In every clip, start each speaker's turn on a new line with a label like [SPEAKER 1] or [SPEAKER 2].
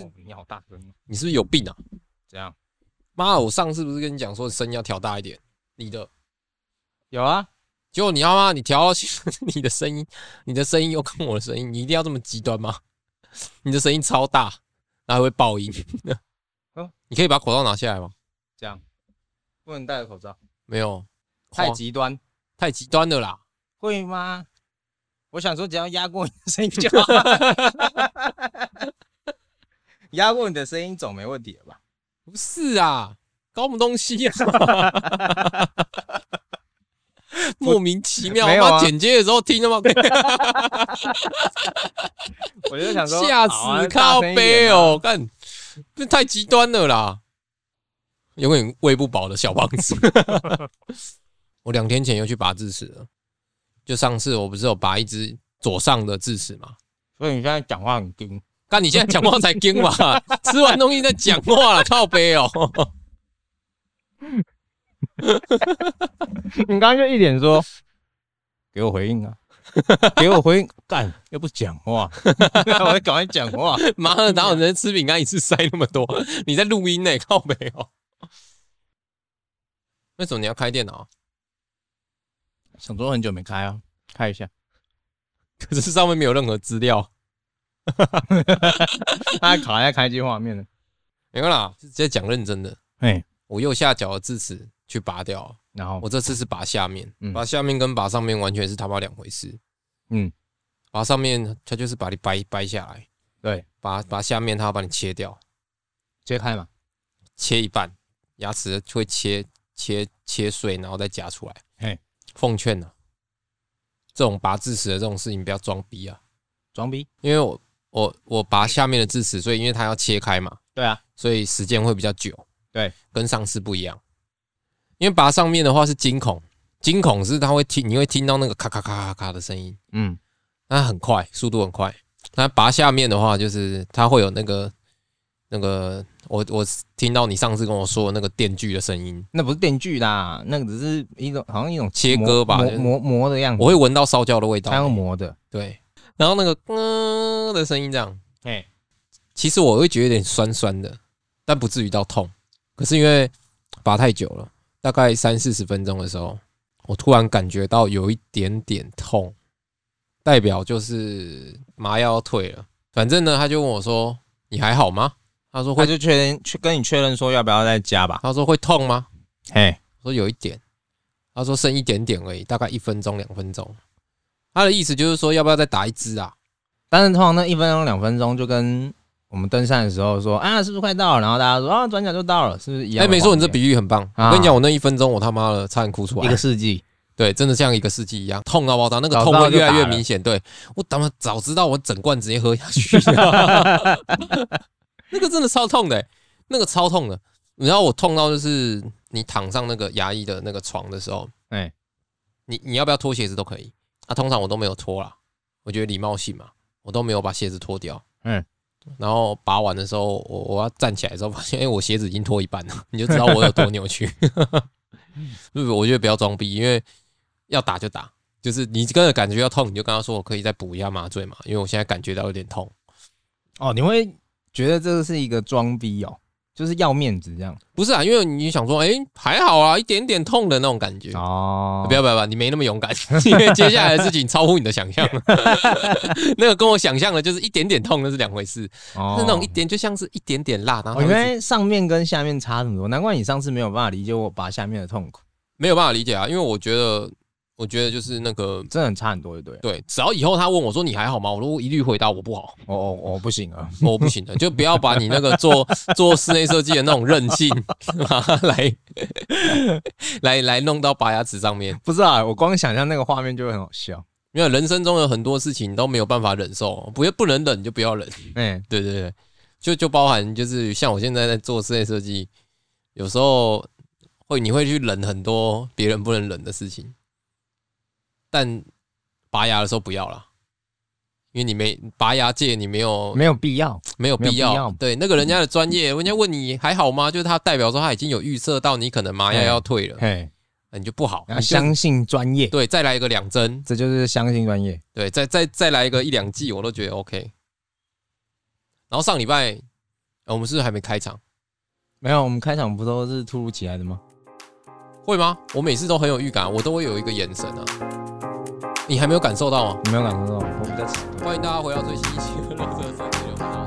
[SPEAKER 1] 哦你好大声哦，
[SPEAKER 2] 你是不是有病啊？
[SPEAKER 1] 怎样？
[SPEAKER 2] 妈，我上次不是跟你讲说声音要调大一点，你的，
[SPEAKER 1] 有啊，
[SPEAKER 2] 结果你他妈你调 到你的声音，你的声音又跟我的声音，你一定要这么极端吗？ 你的声音超大，然后还会爆音。
[SPEAKER 1] 哦
[SPEAKER 2] 你可以把口罩拿下来吗？
[SPEAKER 1] 这样不能戴着口罩，
[SPEAKER 2] 没有，
[SPEAKER 1] 太
[SPEAKER 2] 夸
[SPEAKER 1] 极端，
[SPEAKER 2] 太极端了啦。
[SPEAKER 1] 会吗？我想说，只要压过你的声音就好， 压过你的声音总没问题了吧？
[SPEAKER 2] 不是啊，搞什么东西啊？ 莫名其妙，
[SPEAKER 1] 没有
[SPEAKER 2] 他
[SPEAKER 1] 啊
[SPEAKER 2] 妈剪接的时候听他妈
[SPEAKER 1] 我就想说，
[SPEAKER 2] 吓
[SPEAKER 1] 好啊
[SPEAKER 2] 死靠背，哦，干，这太极端了啦！永远喂不饱的小胖子。 我两天前又去拔智齿了，就上次我不是有拔一只左上的智齿嘛？
[SPEAKER 1] 大声一点啊所以你现在讲话很硬，
[SPEAKER 2] 干，你现在讲话才惊嘛？吃完东西再讲话了，靠背哦。
[SPEAKER 1] 你刚刚就一脸说， 给我回应啊， 给我回应，干又不讲话， 我要赶快讲话，
[SPEAKER 2] 妈的，哪有人吃饼干一次塞那么多？你在录音呢、靠北哦。为什么你要开电脑啊？
[SPEAKER 1] 想说很久没开啊，开一下，
[SPEAKER 2] 可是上面没有任何资料。
[SPEAKER 1] 他卡在开机画面了，
[SPEAKER 2] 没有啦，直接讲认真的。
[SPEAKER 1] 哎，
[SPEAKER 2] 我右下角的智齿去拔掉，
[SPEAKER 1] 然后
[SPEAKER 2] 我这次是拔下面，
[SPEAKER 1] 嗯
[SPEAKER 2] 拔下面跟拔上面完全是他妈两回事。
[SPEAKER 1] 嗯，
[SPEAKER 2] 拔上面他就是把你掰掰下来，
[SPEAKER 1] 对，
[SPEAKER 2] 拔拔下面他要把你切掉，
[SPEAKER 1] 直接开嘛，
[SPEAKER 2] 切一半，牙齿会切切切碎，然后再夹出来。
[SPEAKER 1] 嘿，
[SPEAKER 2] 奉劝呢、啊，这种拔智齿的这种事情不要装逼啊！
[SPEAKER 1] 装逼，
[SPEAKER 2] 因为我我我拔下面的智齿，所以因为它要切开嘛，
[SPEAKER 1] 对啊，
[SPEAKER 2] 所以时间会比较久。
[SPEAKER 1] 对，
[SPEAKER 2] 跟上次不一样，因为拔上面的话是惊恐，惊恐是它会听，你会听到那个咔咔咔咔咔的声音，
[SPEAKER 1] 嗯，
[SPEAKER 2] 那很快，速度很快。那拔下面的话，就是它会有那个那个，我我听到你上次跟我说的那个电锯的声音，
[SPEAKER 1] 那不是电锯啦，那个只是一种好像一种
[SPEAKER 2] 切割吧
[SPEAKER 1] 磨
[SPEAKER 2] 就是
[SPEAKER 1] 磨磨磨的样子，
[SPEAKER 2] 我会闻到烧焦的味
[SPEAKER 1] 它用
[SPEAKER 2] 道。
[SPEAKER 1] 磨的，
[SPEAKER 2] 对，然后那个嗯的声音这样，
[SPEAKER 1] 哎，
[SPEAKER 2] 其实我会觉得有点酸酸的，但不至于到痛。可是因为拔太久了，大概三四十分钟的时候，我突然感觉到有一点点痛，代表就是麻药要退了。反正呢，他就问我说：“你还好吗？”他说
[SPEAKER 1] 他
[SPEAKER 2] 会，
[SPEAKER 1] 就确认去跟你确认说要不要再加吧，
[SPEAKER 2] 他说会痛吗？
[SPEAKER 1] 嘿，
[SPEAKER 2] 我说有一点，他说剩一点点而已，大概一分钟两分钟。他的意思就是说要不要再打一支啊？
[SPEAKER 1] 但是通常那一分钟两分钟就跟我们登山的时候说啊，是不是快到了？然后大家说啊，转角就到了，是不是一样
[SPEAKER 2] 哎、
[SPEAKER 1] 的画面？
[SPEAKER 2] 没错，你这比喻很棒。
[SPEAKER 1] 啊
[SPEAKER 2] 我跟你讲，我那一分钟我他妈的差点哭出来
[SPEAKER 1] 一个。世纪，
[SPEAKER 2] 对，真的像一个世纪一样，痛到爆炸，那个
[SPEAKER 1] 早
[SPEAKER 2] 痛
[SPEAKER 1] 知道
[SPEAKER 2] 会
[SPEAKER 1] 就
[SPEAKER 2] 越来
[SPEAKER 1] 打
[SPEAKER 2] 越
[SPEAKER 1] 了
[SPEAKER 2] 明显。对我他妈早知道我整罐直接喝下去， 那个真的超痛的欸、那个超痛的。你知道我痛到就是你躺上那个牙医的那个床的时候，
[SPEAKER 1] 哎，
[SPEAKER 2] 你你要不要脱鞋子都可以。啊，通常我都没有脱啦，我觉得礼貌性嘛，我都没有把鞋子脱掉。
[SPEAKER 1] 嗯，
[SPEAKER 2] 然后拔完的时候，我我要站起来的时候，发现哎、我鞋子已经脱一半了，你就知道我有多 扭曲。 不不，我觉得不要装逼，因为要打就打，就是你真的感觉要痛，你就跟他说我可以再补一下麻醉嘛，因为我现在感觉到有点痛。
[SPEAKER 1] 哦，你会觉得这是一个装逼哦，就是要面子这样
[SPEAKER 2] 不是啊，因为你想说，哎、还好啊，一点点痛的那种感觉。
[SPEAKER 1] 哦，
[SPEAKER 2] 不要不要不要，你没那么勇敢， 因为接下来的事情超乎你的想象。 那个跟我想象的就是一点点痛，那是两回事。
[SPEAKER 1] 哦
[SPEAKER 2] 是那种一点就像是一点点辣，然后
[SPEAKER 1] 哦，
[SPEAKER 2] 一
[SPEAKER 1] 原
[SPEAKER 2] 直
[SPEAKER 1] 来上面跟下面差那么多，难怪你上次没有办法理解我拔下面的痛苦，
[SPEAKER 2] 没有办法理解啊，因为我觉得，我觉得就是那个
[SPEAKER 1] 真的很差很多，就对了。
[SPEAKER 2] 对，只要以后他问我说你还好吗，我都一律回答我不好，
[SPEAKER 1] 我我我不行啊，
[SPEAKER 2] 我哦不行的，就不要把你那个做做室内设计的那种任性，把它来来来弄到拔牙齿上面。
[SPEAKER 1] 不知道、啊，我光想象那个画面就会很好笑。
[SPEAKER 2] 因为人生中有很多事情都没有办法忍受，哦不要不能忍就不要忍。
[SPEAKER 1] 哎、
[SPEAKER 2] 对对对，就就包含就是像我现在在做室内设计，有时候会你会去忍很多别人不能忍的事情，但拔牙的时候不要啦，因为你没拔牙界你没有
[SPEAKER 1] 没有必要。
[SPEAKER 2] 没有必要，
[SPEAKER 1] 没有必要
[SPEAKER 2] 对那个人家的专业，人家问你还好吗？就是他代表说他已经有预测到你可能麻药要退了，
[SPEAKER 1] 嘿，
[SPEAKER 2] 那你就不好，
[SPEAKER 1] 要
[SPEAKER 2] 你就
[SPEAKER 1] 相信专业，
[SPEAKER 2] 对再来一个两针，
[SPEAKER 1] 这就是相信专业。
[SPEAKER 2] 对，再再再来一个一两季，我都觉得 OK。然后上礼拜呃我们是不是还没开场？
[SPEAKER 1] 没有，我们开场不都是突如其来的吗？
[SPEAKER 2] 会吗？我每次都很有预感，我都会有一个眼神啊。你还没有感受到吗？啊
[SPEAKER 1] 你没有感受到吗？我比较迟钝。
[SPEAKER 2] 欢迎大家回到最新一期的《乐色三十六号》。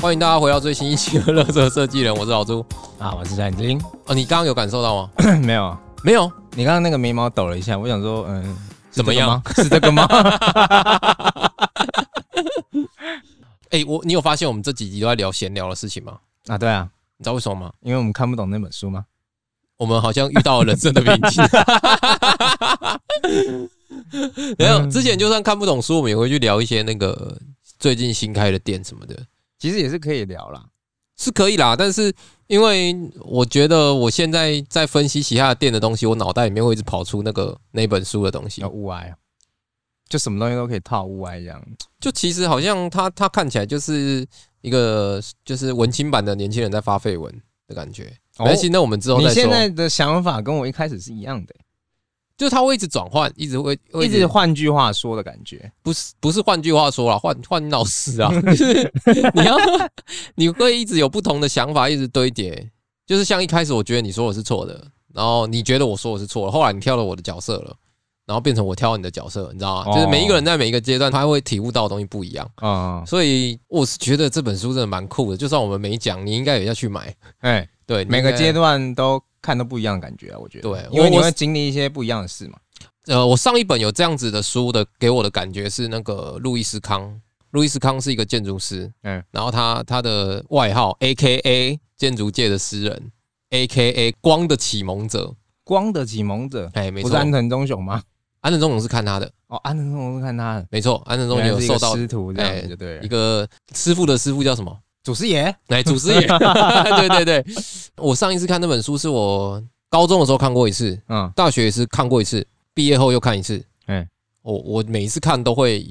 [SPEAKER 2] 欢迎大家回到最新一期的《乐色设计人》，我是老朱。
[SPEAKER 1] 啊，我是詹 金。
[SPEAKER 2] 哦，你刚刚有感受到吗？
[SPEAKER 1] 没有，啊
[SPEAKER 2] 没有，
[SPEAKER 1] 你刚刚那个眉毛抖了一下，我想说，嗯，是
[SPEAKER 2] 怎么样
[SPEAKER 1] 这个吗？ 是这个吗？
[SPEAKER 2] 哎、我你有发现我们这几集都在聊闲聊的事情吗？
[SPEAKER 1] 啊，对啊，
[SPEAKER 2] 你知道为什么吗？
[SPEAKER 1] 因为我们看不懂那本书吗？
[SPEAKER 2] 我们好像遇到了人生的瓶颈。 没有，
[SPEAKER 1] 嗯
[SPEAKER 2] 之前就算看不懂书，我们也会去聊一些那个最近新开的店什么的，
[SPEAKER 1] 其实也是可以聊啦。
[SPEAKER 2] 是可以啦。但是因为我觉得我现在在分析其他的店的东西，我脑袋里面会一直跑出那个那本书的东西
[SPEAKER 1] 要。物哀啊，就什么东西都可以套物哀这样。
[SPEAKER 2] 就其实好像他他看起来就是一个就是文青版的年轻人在发绯闻的感觉。没关系，那我们之后
[SPEAKER 1] 哦你
[SPEAKER 2] 再
[SPEAKER 1] 现
[SPEAKER 2] 说。
[SPEAKER 1] 在的想法跟我一开始是一样的、
[SPEAKER 2] 就他会一直转换，一直会会
[SPEAKER 1] 一直换句话说的感觉。
[SPEAKER 2] 不是不是，换句话说啦，换换老 师啊， 就是你要你会一直有不同的想法，一直堆叠。就是像一开始我觉得你说我是错的，然后你觉得我说我是错了，后来你跳了我的角色了，然后变成我挑你的角色，你知道吗？
[SPEAKER 1] 哦
[SPEAKER 2] 就是每一个人在每一个阶段，他会体悟到的东西不一样。
[SPEAKER 1] 啊、
[SPEAKER 2] 所以我是觉得这本书真的蛮酷的，就算我们没讲，你应该也要去买。
[SPEAKER 1] 哎、
[SPEAKER 2] 对，
[SPEAKER 1] 每个阶
[SPEAKER 2] 段，
[SPEAKER 1] 段都看到不一样的感觉啊，我觉得。
[SPEAKER 2] 对
[SPEAKER 1] 因为
[SPEAKER 2] 我
[SPEAKER 1] 你
[SPEAKER 2] 我
[SPEAKER 1] 会经历一些不一样的事嘛。
[SPEAKER 2] 呃，我上一本有这样子的书的，给我的感觉是那个路易斯康。路易斯康是一个建筑师，
[SPEAKER 1] 嗯
[SPEAKER 2] 嗯，然后他他的外号 A K A 建筑界的诗人，A K A 光的启蒙者，
[SPEAKER 1] 光的启蒙者
[SPEAKER 2] 哎，没
[SPEAKER 1] 不
[SPEAKER 2] 错，
[SPEAKER 1] 是安
[SPEAKER 2] 安
[SPEAKER 1] 藤忠雄吗？
[SPEAKER 2] 藤忠雄是看他的，
[SPEAKER 1] 哦，安藤忠雄是看他的，
[SPEAKER 2] 没错，安藤忠雄
[SPEAKER 1] 原
[SPEAKER 2] 有
[SPEAKER 1] 来是一个
[SPEAKER 2] 受到
[SPEAKER 1] 师徒这样
[SPEAKER 2] 哎
[SPEAKER 1] 子，就对
[SPEAKER 2] 一
[SPEAKER 1] 了。
[SPEAKER 2] 个师傅的师傅叫什么？
[SPEAKER 1] 祖师爷
[SPEAKER 2] 哎，祖师爷， 对对对，我上一次看那本书是我高中的时候看过一次，
[SPEAKER 1] 嗯，
[SPEAKER 2] 大学也是看过一次，毕业后又看一次。
[SPEAKER 1] 嗯
[SPEAKER 2] 我我每一次看都会，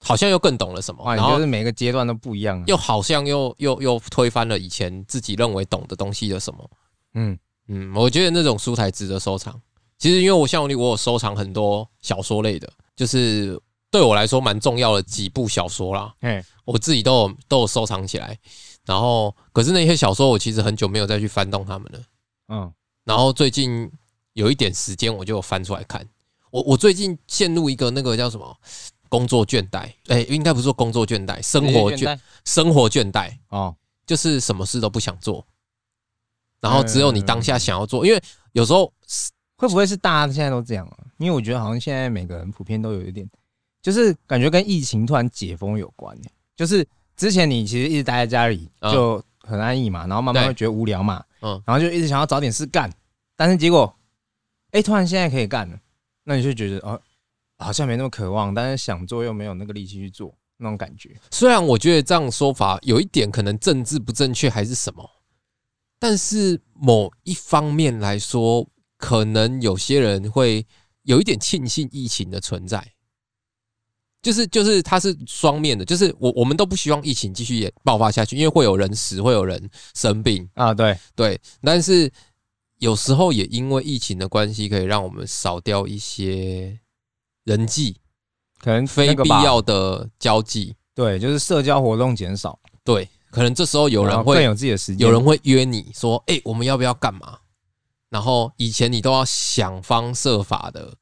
[SPEAKER 2] 好像又更懂了什么，
[SPEAKER 1] 哇，哎你
[SPEAKER 2] 然
[SPEAKER 1] 就
[SPEAKER 2] 后
[SPEAKER 1] 是每个阶段都不一样啊。
[SPEAKER 2] 又好像又又又推翻了以前自己认为懂的东西的什么。
[SPEAKER 1] 嗯，
[SPEAKER 2] 嗯，我觉得那种书才值得收藏。其实因为我像我我有收藏很多小说类的，就是对我来说蛮重要的几部小说啦，
[SPEAKER 1] 哎，
[SPEAKER 2] 我自己都有都有收藏起来。然后，可是那些小说我其实很久没有再去翻动它们了。
[SPEAKER 1] 嗯，
[SPEAKER 2] 然后最近有一点时间，我就有翻出来看。我我最近陷入一个那个叫什么工作倦怠，哎、应该不是说工作倦怠，生活倦
[SPEAKER 1] 怠
[SPEAKER 2] 生活倦怠，
[SPEAKER 1] 哦，
[SPEAKER 2] 就是什么事都不想做，然后只有你当下想要做，因为有时候
[SPEAKER 1] 会不会是大家现在都这样啊？因为我觉得好像现在每个人普遍都有一点，就是感觉跟疫情突然解封有关耶。就是之前你其实一直待在家里
[SPEAKER 2] 嗯
[SPEAKER 1] 就很安逸嘛，然后慢慢
[SPEAKER 2] 对
[SPEAKER 1] 会觉得无聊嘛，
[SPEAKER 2] 嗯
[SPEAKER 1] 然后就一直想要找点事干，但是结果，哎，突然现在可以干了，那你就觉得哦，好像没那么渴望，但是想做又没有那个力气去做，那种感觉。
[SPEAKER 2] 虽然我觉得这样说法有一点可能政治不正确还是什么，但是某一方面来说，可能有些人会有一点庆幸疫情的存在，就是就是它是双面的，就是我我们都不希望疫情继续也爆发下去，因为会有人死，会有人生病，
[SPEAKER 1] 啊，对，
[SPEAKER 2] 对，但是有时候也因为疫情的关系，可以让我们少掉一些人际
[SPEAKER 1] 可能
[SPEAKER 2] 非
[SPEAKER 1] 那个
[SPEAKER 2] 必
[SPEAKER 1] 吧，
[SPEAKER 2] 要的交际。
[SPEAKER 1] 对，就是社交活动减少，
[SPEAKER 2] 对，可能这时候有
[SPEAKER 1] 然
[SPEAKER 2] 人
[SPEAKER 1] 后
[SPEAKER 2] 会
[SPEAKER 1] 更有自己的时间，
[SPEAKER 2] 有人会约你说，哎、我们要不要干嘛？然后以前你都要想方设法的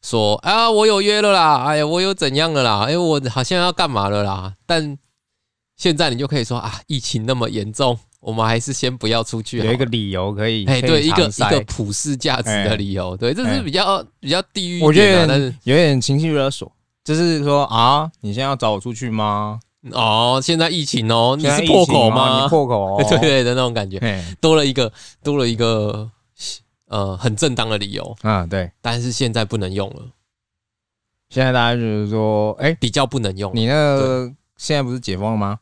[SPEAKER 2] 说，啊，我有约了啦，哎呀，我有怎样了啦，哎，我好像要干嘛了啦。但现在你就可以说啊，疫情那么严重，我们还是先不要出去好
[SPEAKER 1] 有
[SPEAKER 2] 了。
[SPEAKER 1] 一个理由可以，
[SPEAKER 2] 哎，
[SPEAKER 1] 可以
[SPEAKER 2] 对，一个
[SPEAKER 1] 搪
[SPEAKER 2] 一
[SPEAKER 1] 塞
[SPEAKER 2] 个普世价值的理由，对，这
[SPEAKER 1] 哎
[SPEAKER 2] 是比较比较地域一点啊。
[SPEAKER 1] 我觉得
[SPEAKER 2] 但是
[SPEAKER 1] 有点情绪勒索，就是说啊，你现在要找我出去吗？
[SPEAKER 2] 哦，现在疫情哦，你
[SPEAKER 1] 现在
[SPEAKER 2] 是
[SPEAKER 1] 疫
[SPEAKER 2] 破
[SPEAKER 1] 情
[SPEAKER 2] 口
[SPEAKER 1] 哦
[SPEAKER 2] 吗？
[SPEAKER 1] 你破口哦，
[SPEAKER 2] 对对的那种感觉，
[SPEAKER 1] 嘿，
[SPEAKER 2] 多了一个多了一个呃很正当的理由，
[SPEAKER 1] 啊对，
[SPEAKER 2] 但是现在不能用了，
[SPEAKER 1] 现在大家就是说，哎，
[SPEAKER 2] 比较不能用了。
[SPEAKER 1] 你那个现在不是解封了吗？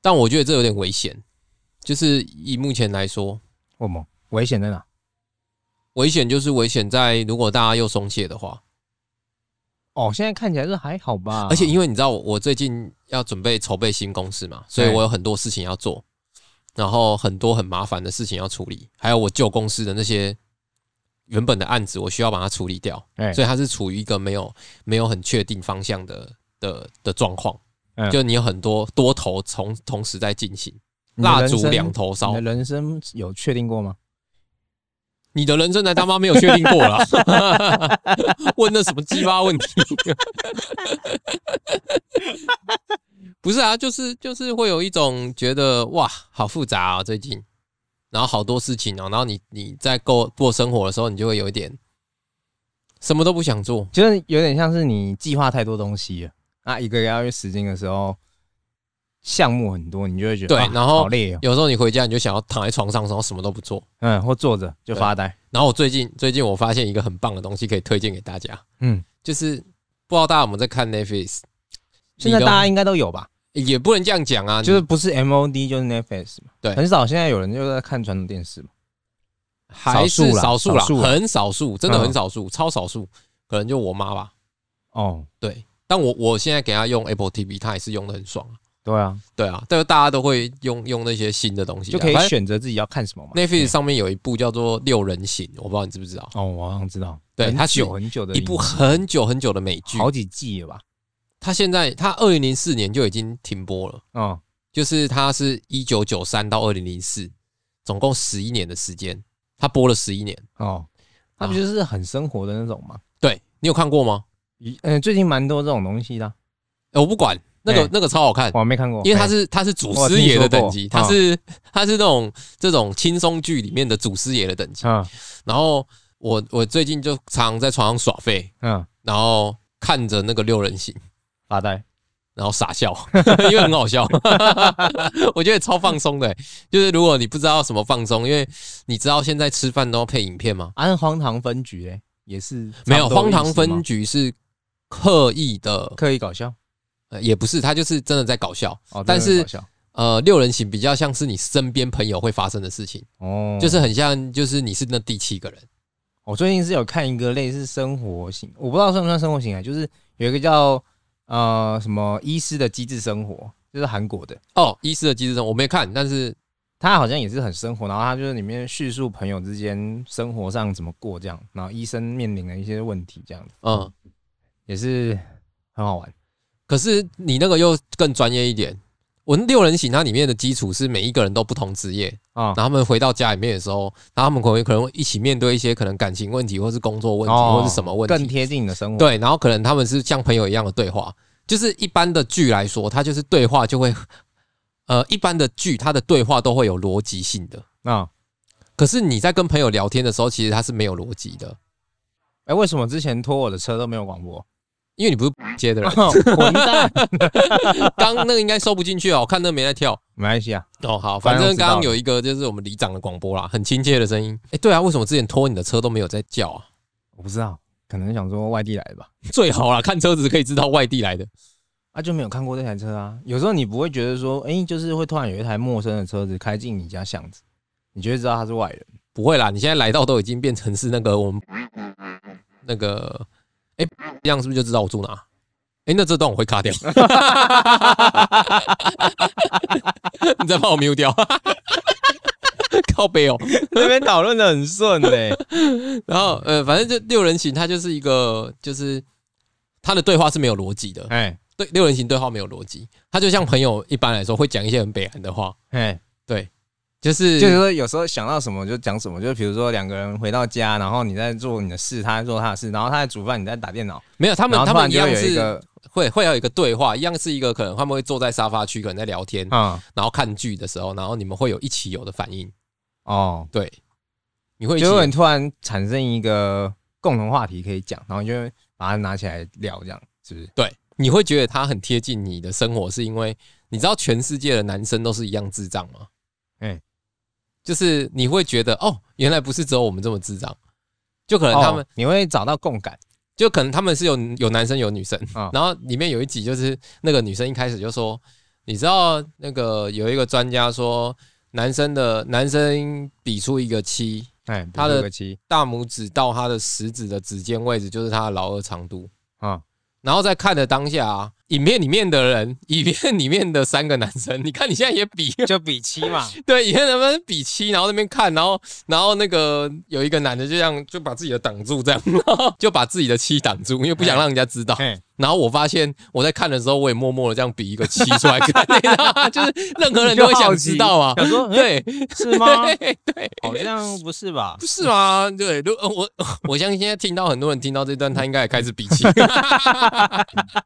[SPEAKER 2] 但我觉得这有点危险，就是以目前来说，
[SPEAKER 1] 为什么？危险在哪？
[SPEAKER 2] 危险就是危险在如果大家又松懈的话，
[SPEAKER 1] 哦，现在看起来是还好吧，
[SPEAKER 2] 而且因为你知道我，我最近要准备筹备新公司嘛，所以
[SPEAKER 1] 对
[SPEAKER 2] 我有很多事情要做，然后很多很麻烦的事情要处理，还有我旧公司的那些原本的案子，我需要把它处理掉，
[SPEAKER 1] 哎
[SPEAKER 2] 所以它是处于一个没有没有很确定方向的的的状况
[SPEAKER 1] 嗯，
[SPEAKER 2] 就你有很多多头同同时在进行，
[SPEAKER 1] 你的人
[SPEAKER 2] 蜡烛
[SPEAKER 1] 生
[SPEAKER 2] 两头烧
[SPEAKER 1] 你的，人生有确定过吗？
[SPEAKER 2] 你的人生才他妈没有确定过啦， 问那什么鸡巴问题？ 不是啊，就是就是会有一种觉得哇，好复杂啊、最近，然后好多事情哦、然后你你在过过生活的时候，你就会有一点什么都不想做，
[SPEAKER 1] 就是有点像是你计划太多东西了，啊，一个要去实践的时候，项目很多，你就会觉得
[SPEAKER 2] 对
[SPEAKER 1] 啊
[SPEAKER 2] 然后
[SPEAKER 1] 好累哦，
[SPEAKER 2] 有时候你回家你就想要躺在床上，然后什么都不做。
[SPEAKER 1] 嗯，或坐着就发呆，
[SPEAKER 2] 然后我最近最近我发现一个很棒的东西可以推荐给大家，
[SPEAKER 1] 嗯，
[SPEAKER 2] 就是不知道大家有没有在看 Netflix？
[SPEAKER 1] 现在大
[SPEAKER 2] 你都
[SPEAKER 1] 家应该都有吧？
[SPEAKER 2] 也不能这样讲啊，
[SPEAKER 1] 就是不是 MOD 就是 Netflix 嘛，
[SPEAKER 2] 对
[SPEAKER 1] 很少现在有人就在看传统电视嘛，少
[SPEAKER 2] 还是
[SPEAKER 1] 数啦
[SPEAKER 2] 少数啦
[SPEAKER 1] 少数，啦
[SPEAKER 2] 很少数，真的
[SPEAKER 1] 嗯
[SPEAKER 2] 很少数，超少数，可能就我妈吧。
[SPEAKER 1] 哦，
[SPEAKER 2] 对，但我我现在给她用 Apple TV，她也是用的很爽啊。
[SPEAKER 1] 对啊，
[SPEAKER 2] 对啊，但是大家都会用用那些新的东西啊，
[SPEAKER 1] 就可以
[SPEAKER 2] 反正
[SPEAKER 1] 选择自己要看什么嘛。嗯
[SPEAKER 2] Netflix 上面有一部叫做《六人行》，我不知道你知不知道，
[SPEAKER 1] 哦，我好像知道，
[SPEAKER 2] 对
[SPEAKER 1] 很
[SPEAKER 2] 它是
[SPEAKER 1] 久很久的
[SPEAKER 2] 一部
[SPEAKER 1] 影
[SPEAKER 2] 很久很久的美剧。
[SPEAKER 1] 好几季了吧？
[SPEAKER 2] 它现在它二零零四年就已经停播了，
[SPEAKER 1] 嗯，
[SPEAKER 2] 就是它是一九九三到二零零四，总共十一年的时间，它播了十一年。
[SPEAKER 1] 哦，它不就是很生活的那种吗？
[SPEAKER 2] 对你有看过吗？
[SPEAKER 1] 嗯、最近蛮多这种东西的啊，
[SPEAKER 2] 呃我不管，那个
[SPEAKER 1] 哎
[SPEAKER 2] 那个超好看。
[SPEAKER 1] 我还没看过，
[SPEAKER 2] 因为他
[SPEAKER 1] 哎
[SPEAKER 2] 是他是祖
[SPEAKER 1] 我有
[SPEAKER 2] 师爷的等级，
[SPEAKER 1] 听说过
[SPEAKER 2] 他
[SPEAKER 1] 啊
[SPEAKER 2] 是他是那种这种轻松剧里面的祖师爷的等级。
[SPEAKER 1] 嗯
[SPEAKER 2] 然后我我最近就常在床上耍废，
[SPEAKER 1] 嗯
[SPEAKER 2] 然后看着那个六人行，
[SPEAKER 1] 发呆，
[SPEAKER 2] 然后傻笑， 因为很好笑， 我觉得超放松的欸、就是如果你不知道什么放松，因为你知道现在吃饭都要配影片吗？
[SPEAKER 1] 按、荒唐分局嘞，也是差不多
[SPEAKER 2] 没有，
[SPEAKER 1] 的意思
[SPEAKER 2] 荒唐分
[SPEAKER 1] 吗
[SPEAKER 2] 局是刻意的，
[SPEAKER 1] 刻意搞笑
[SPEAKER 2] 呃也不是，他就是真的在搞笑。
[SPEAKER 1] 哦，
[SPEAKER 2] 但
[SPEAKER 1] 真的
[SPEAKER 2] 是
[SPEAKER 1] 搞笑
[SPEAKER 2] 呃，六人行比较像是你身边朋友会发生的事情。
[SPEAKER 1] 哦，
[SPEAKER 2] 就是很像，就是你是那第七个人，
[SPEAKER 1] 我最近是有看一个类似生活型，我不知道算不算生活型啊，就是有一个叫呃什么医师的机智生活，就是韩国的，
[SPEAKER 2] 哦，医师的机智生我没看，但是
[SPEAKER 1] 他好像也是很生活，然后他就是里面叙述朋友之间生活上怎么过这样，然后医生面临的一些问题这样子，
[SPEAKER 2] 嗯，
[SPEAKER 1] 也是很好玩。
[SPEAKER 2] 可是你那个又更专业一点。我那六人行它里面的基础是每一个人都不同职业，
[SPEAKER 1] 啊
[SPEAKER 2] 然后他们回到家里面的时候，然后他们可能可能会一起面对一些可能感情问题，或是工作问题，
[SPEAKER 1] 哦
[SPEAKER 2] 或是什么问
[SPEAKER 1] 更
[SPEAKER 2] 题。
[SPEAKER 1] 贴近你的生活。
[SPEAKER 2] 对，然后可能他们是像朋友一样的对话，就是一般的剧来说，它就是对话就会，呃，一般的剧它的对话都会有逻辑性的，
[SPEAKER 1] 啊，
[SPEAKER 2] 可是你在跟朋友聊天的时候，其实它是没有逻辑的，
[SPEAKER 1] 哎、为什么之前拖我的车都没有广播？
[SPEAKER 2] 因为你不是接的 人。
[SPEAKER 1] 混蛋！
[SPEAKER 2] 刚那个应该收不进去哦，我看那个没在跳。
[SPEAKER 1] 没关系啊，
[SPEAKER 2] 哦，好，
[SPEAKER 1] 反
[SPEAKER 2] 反
[SPEAKER 1] 正
[SPEAKER 2] 正刚
[SPEAKER 1] 我
[SPEAKER 2] 刚
[SPEAKER 1] 知道
[SPEAKER 2] 有一个就是我们里长的广播啦，很亲切的声音。哎，对啊，为什么之前拖你的车都没有在叫啊？
[SPEAKER 1] 我不知道，可能想说外地来的吧。
[SPEAKER 2] 最好啦，看车子可以知道外地来的。
[SPEAKER 1] 啊，就没有看过这台车啊。有时候你不会觉得说，哎、就是会突然有一台陌生的车子开进你家巷子，你就会知道他是外 人。
[SPEAKER 2] 不会啦，你现在来到都已经变成是那个我们那个，哎，这样是不是就知道我住哪？哎，那这段我会卡 掉，你再帮我 mute 掉， 靠背哦。
[SPEAKER 1] 那边讨论的很顺 嘞、
[SPEAKER 2] 然后呃，反正就六人行，它就是一个就是他的对话是没有逻辑的，
[SPEAKER 1] 哎
[SPEAKER 2] 对六人行对话没有逻辑，他就像朋友一般来说会讲一些很北韩的话，
[SPEAKER 1] 哎，
[SPEAKER 2] 就是
[SPEAKER 1] 就是说有时候想到什么就讲什么，就比如说两个人回到家，然后你在做你的事，他在做他的事，然后他在煮饭，你在打电脑，
[SPEAKER 2] 没有他们
[SPEAKER 1] 然后
[SPEAKER 2] 他
[SPEAKER 1] 突然
[SPEAKER 2] 们一
[SPEAKER 1] 就
[SPEAKER 2] 样
[SPEAKER 1] 会有一
[SPEAKER 2] 是
[SPEAKER 1] 个
[SPEAKER 2] 会会有一个对话，一样是一个可能他们会坐在沙发区，可能在聊天，
[SPEAKER 1] 啊、
[SPEAKER 2] 然后看剧的时候，然后你们会有一起有的反应，
[SPEAKER 1] 哦，
[SPEAKER 2] 对，你会一起
[SPEAKER 1] 就会突然产生一个共同话题可以讲，然后你就会把它拿起来聊，这样是不是？
[SPEAKER 2] 对，你会觉得他很贴近你的生活，是因为你知道全世界的男生都是一样智障吗？
[SPEAKER 1] 哎
[SPEAKER 2] 就是你会觉得哦，原来不是只有我们这么智障，就可能他们、
[SPEAKER 1] 哦你会找到共感
[SPEAKER 2] 就可能他们是有有男生有女生，
[SPEAKER 1] 啊
[SPEAKER 2] 然后里面有一集就是那个女生一开始就说，你知道那个有一个专家说，男生的男生比出一个七，
[SPEAKER 1] 哎，
[SPEAKER 2] 他的
[SPEAKER 1] 七
[SPEAKER 2] 大拇指到他的食指的指尖位置就是他的老二长度，
[SPEAKER 1] 啊
[SPEAKER 2] 然后在看的当下啊，影片里面的人，影片里面的三个男生，你看你现在也比
[SPEAKER 1] 就比七嘛，
[SPEAKER 2] 对，影片他们比七，然后那边看，然后然后那个有一个男的就这样就把自己的挡住，这样然后就把自己的七挡住，因为不想让人家知道。
[SPEAKER 1] 嘿
[SPEAKER 2] 然后我发现我在看的时候，我也默默的这样比一个七出来看，你知道吗？就是任何人都会想知道啊。
[SPEAKER 1] 想说，哎，
[SPEAKER 2] 对
[SPEAKER 1] 是吗？
[SPEAKER 2] 对对，
[SPEAKER 1] 好像不是吧
[SPEAKER 2] 不？是吗？对，如呃我我相信现在听到很多人听到这段，他应该也开始比气。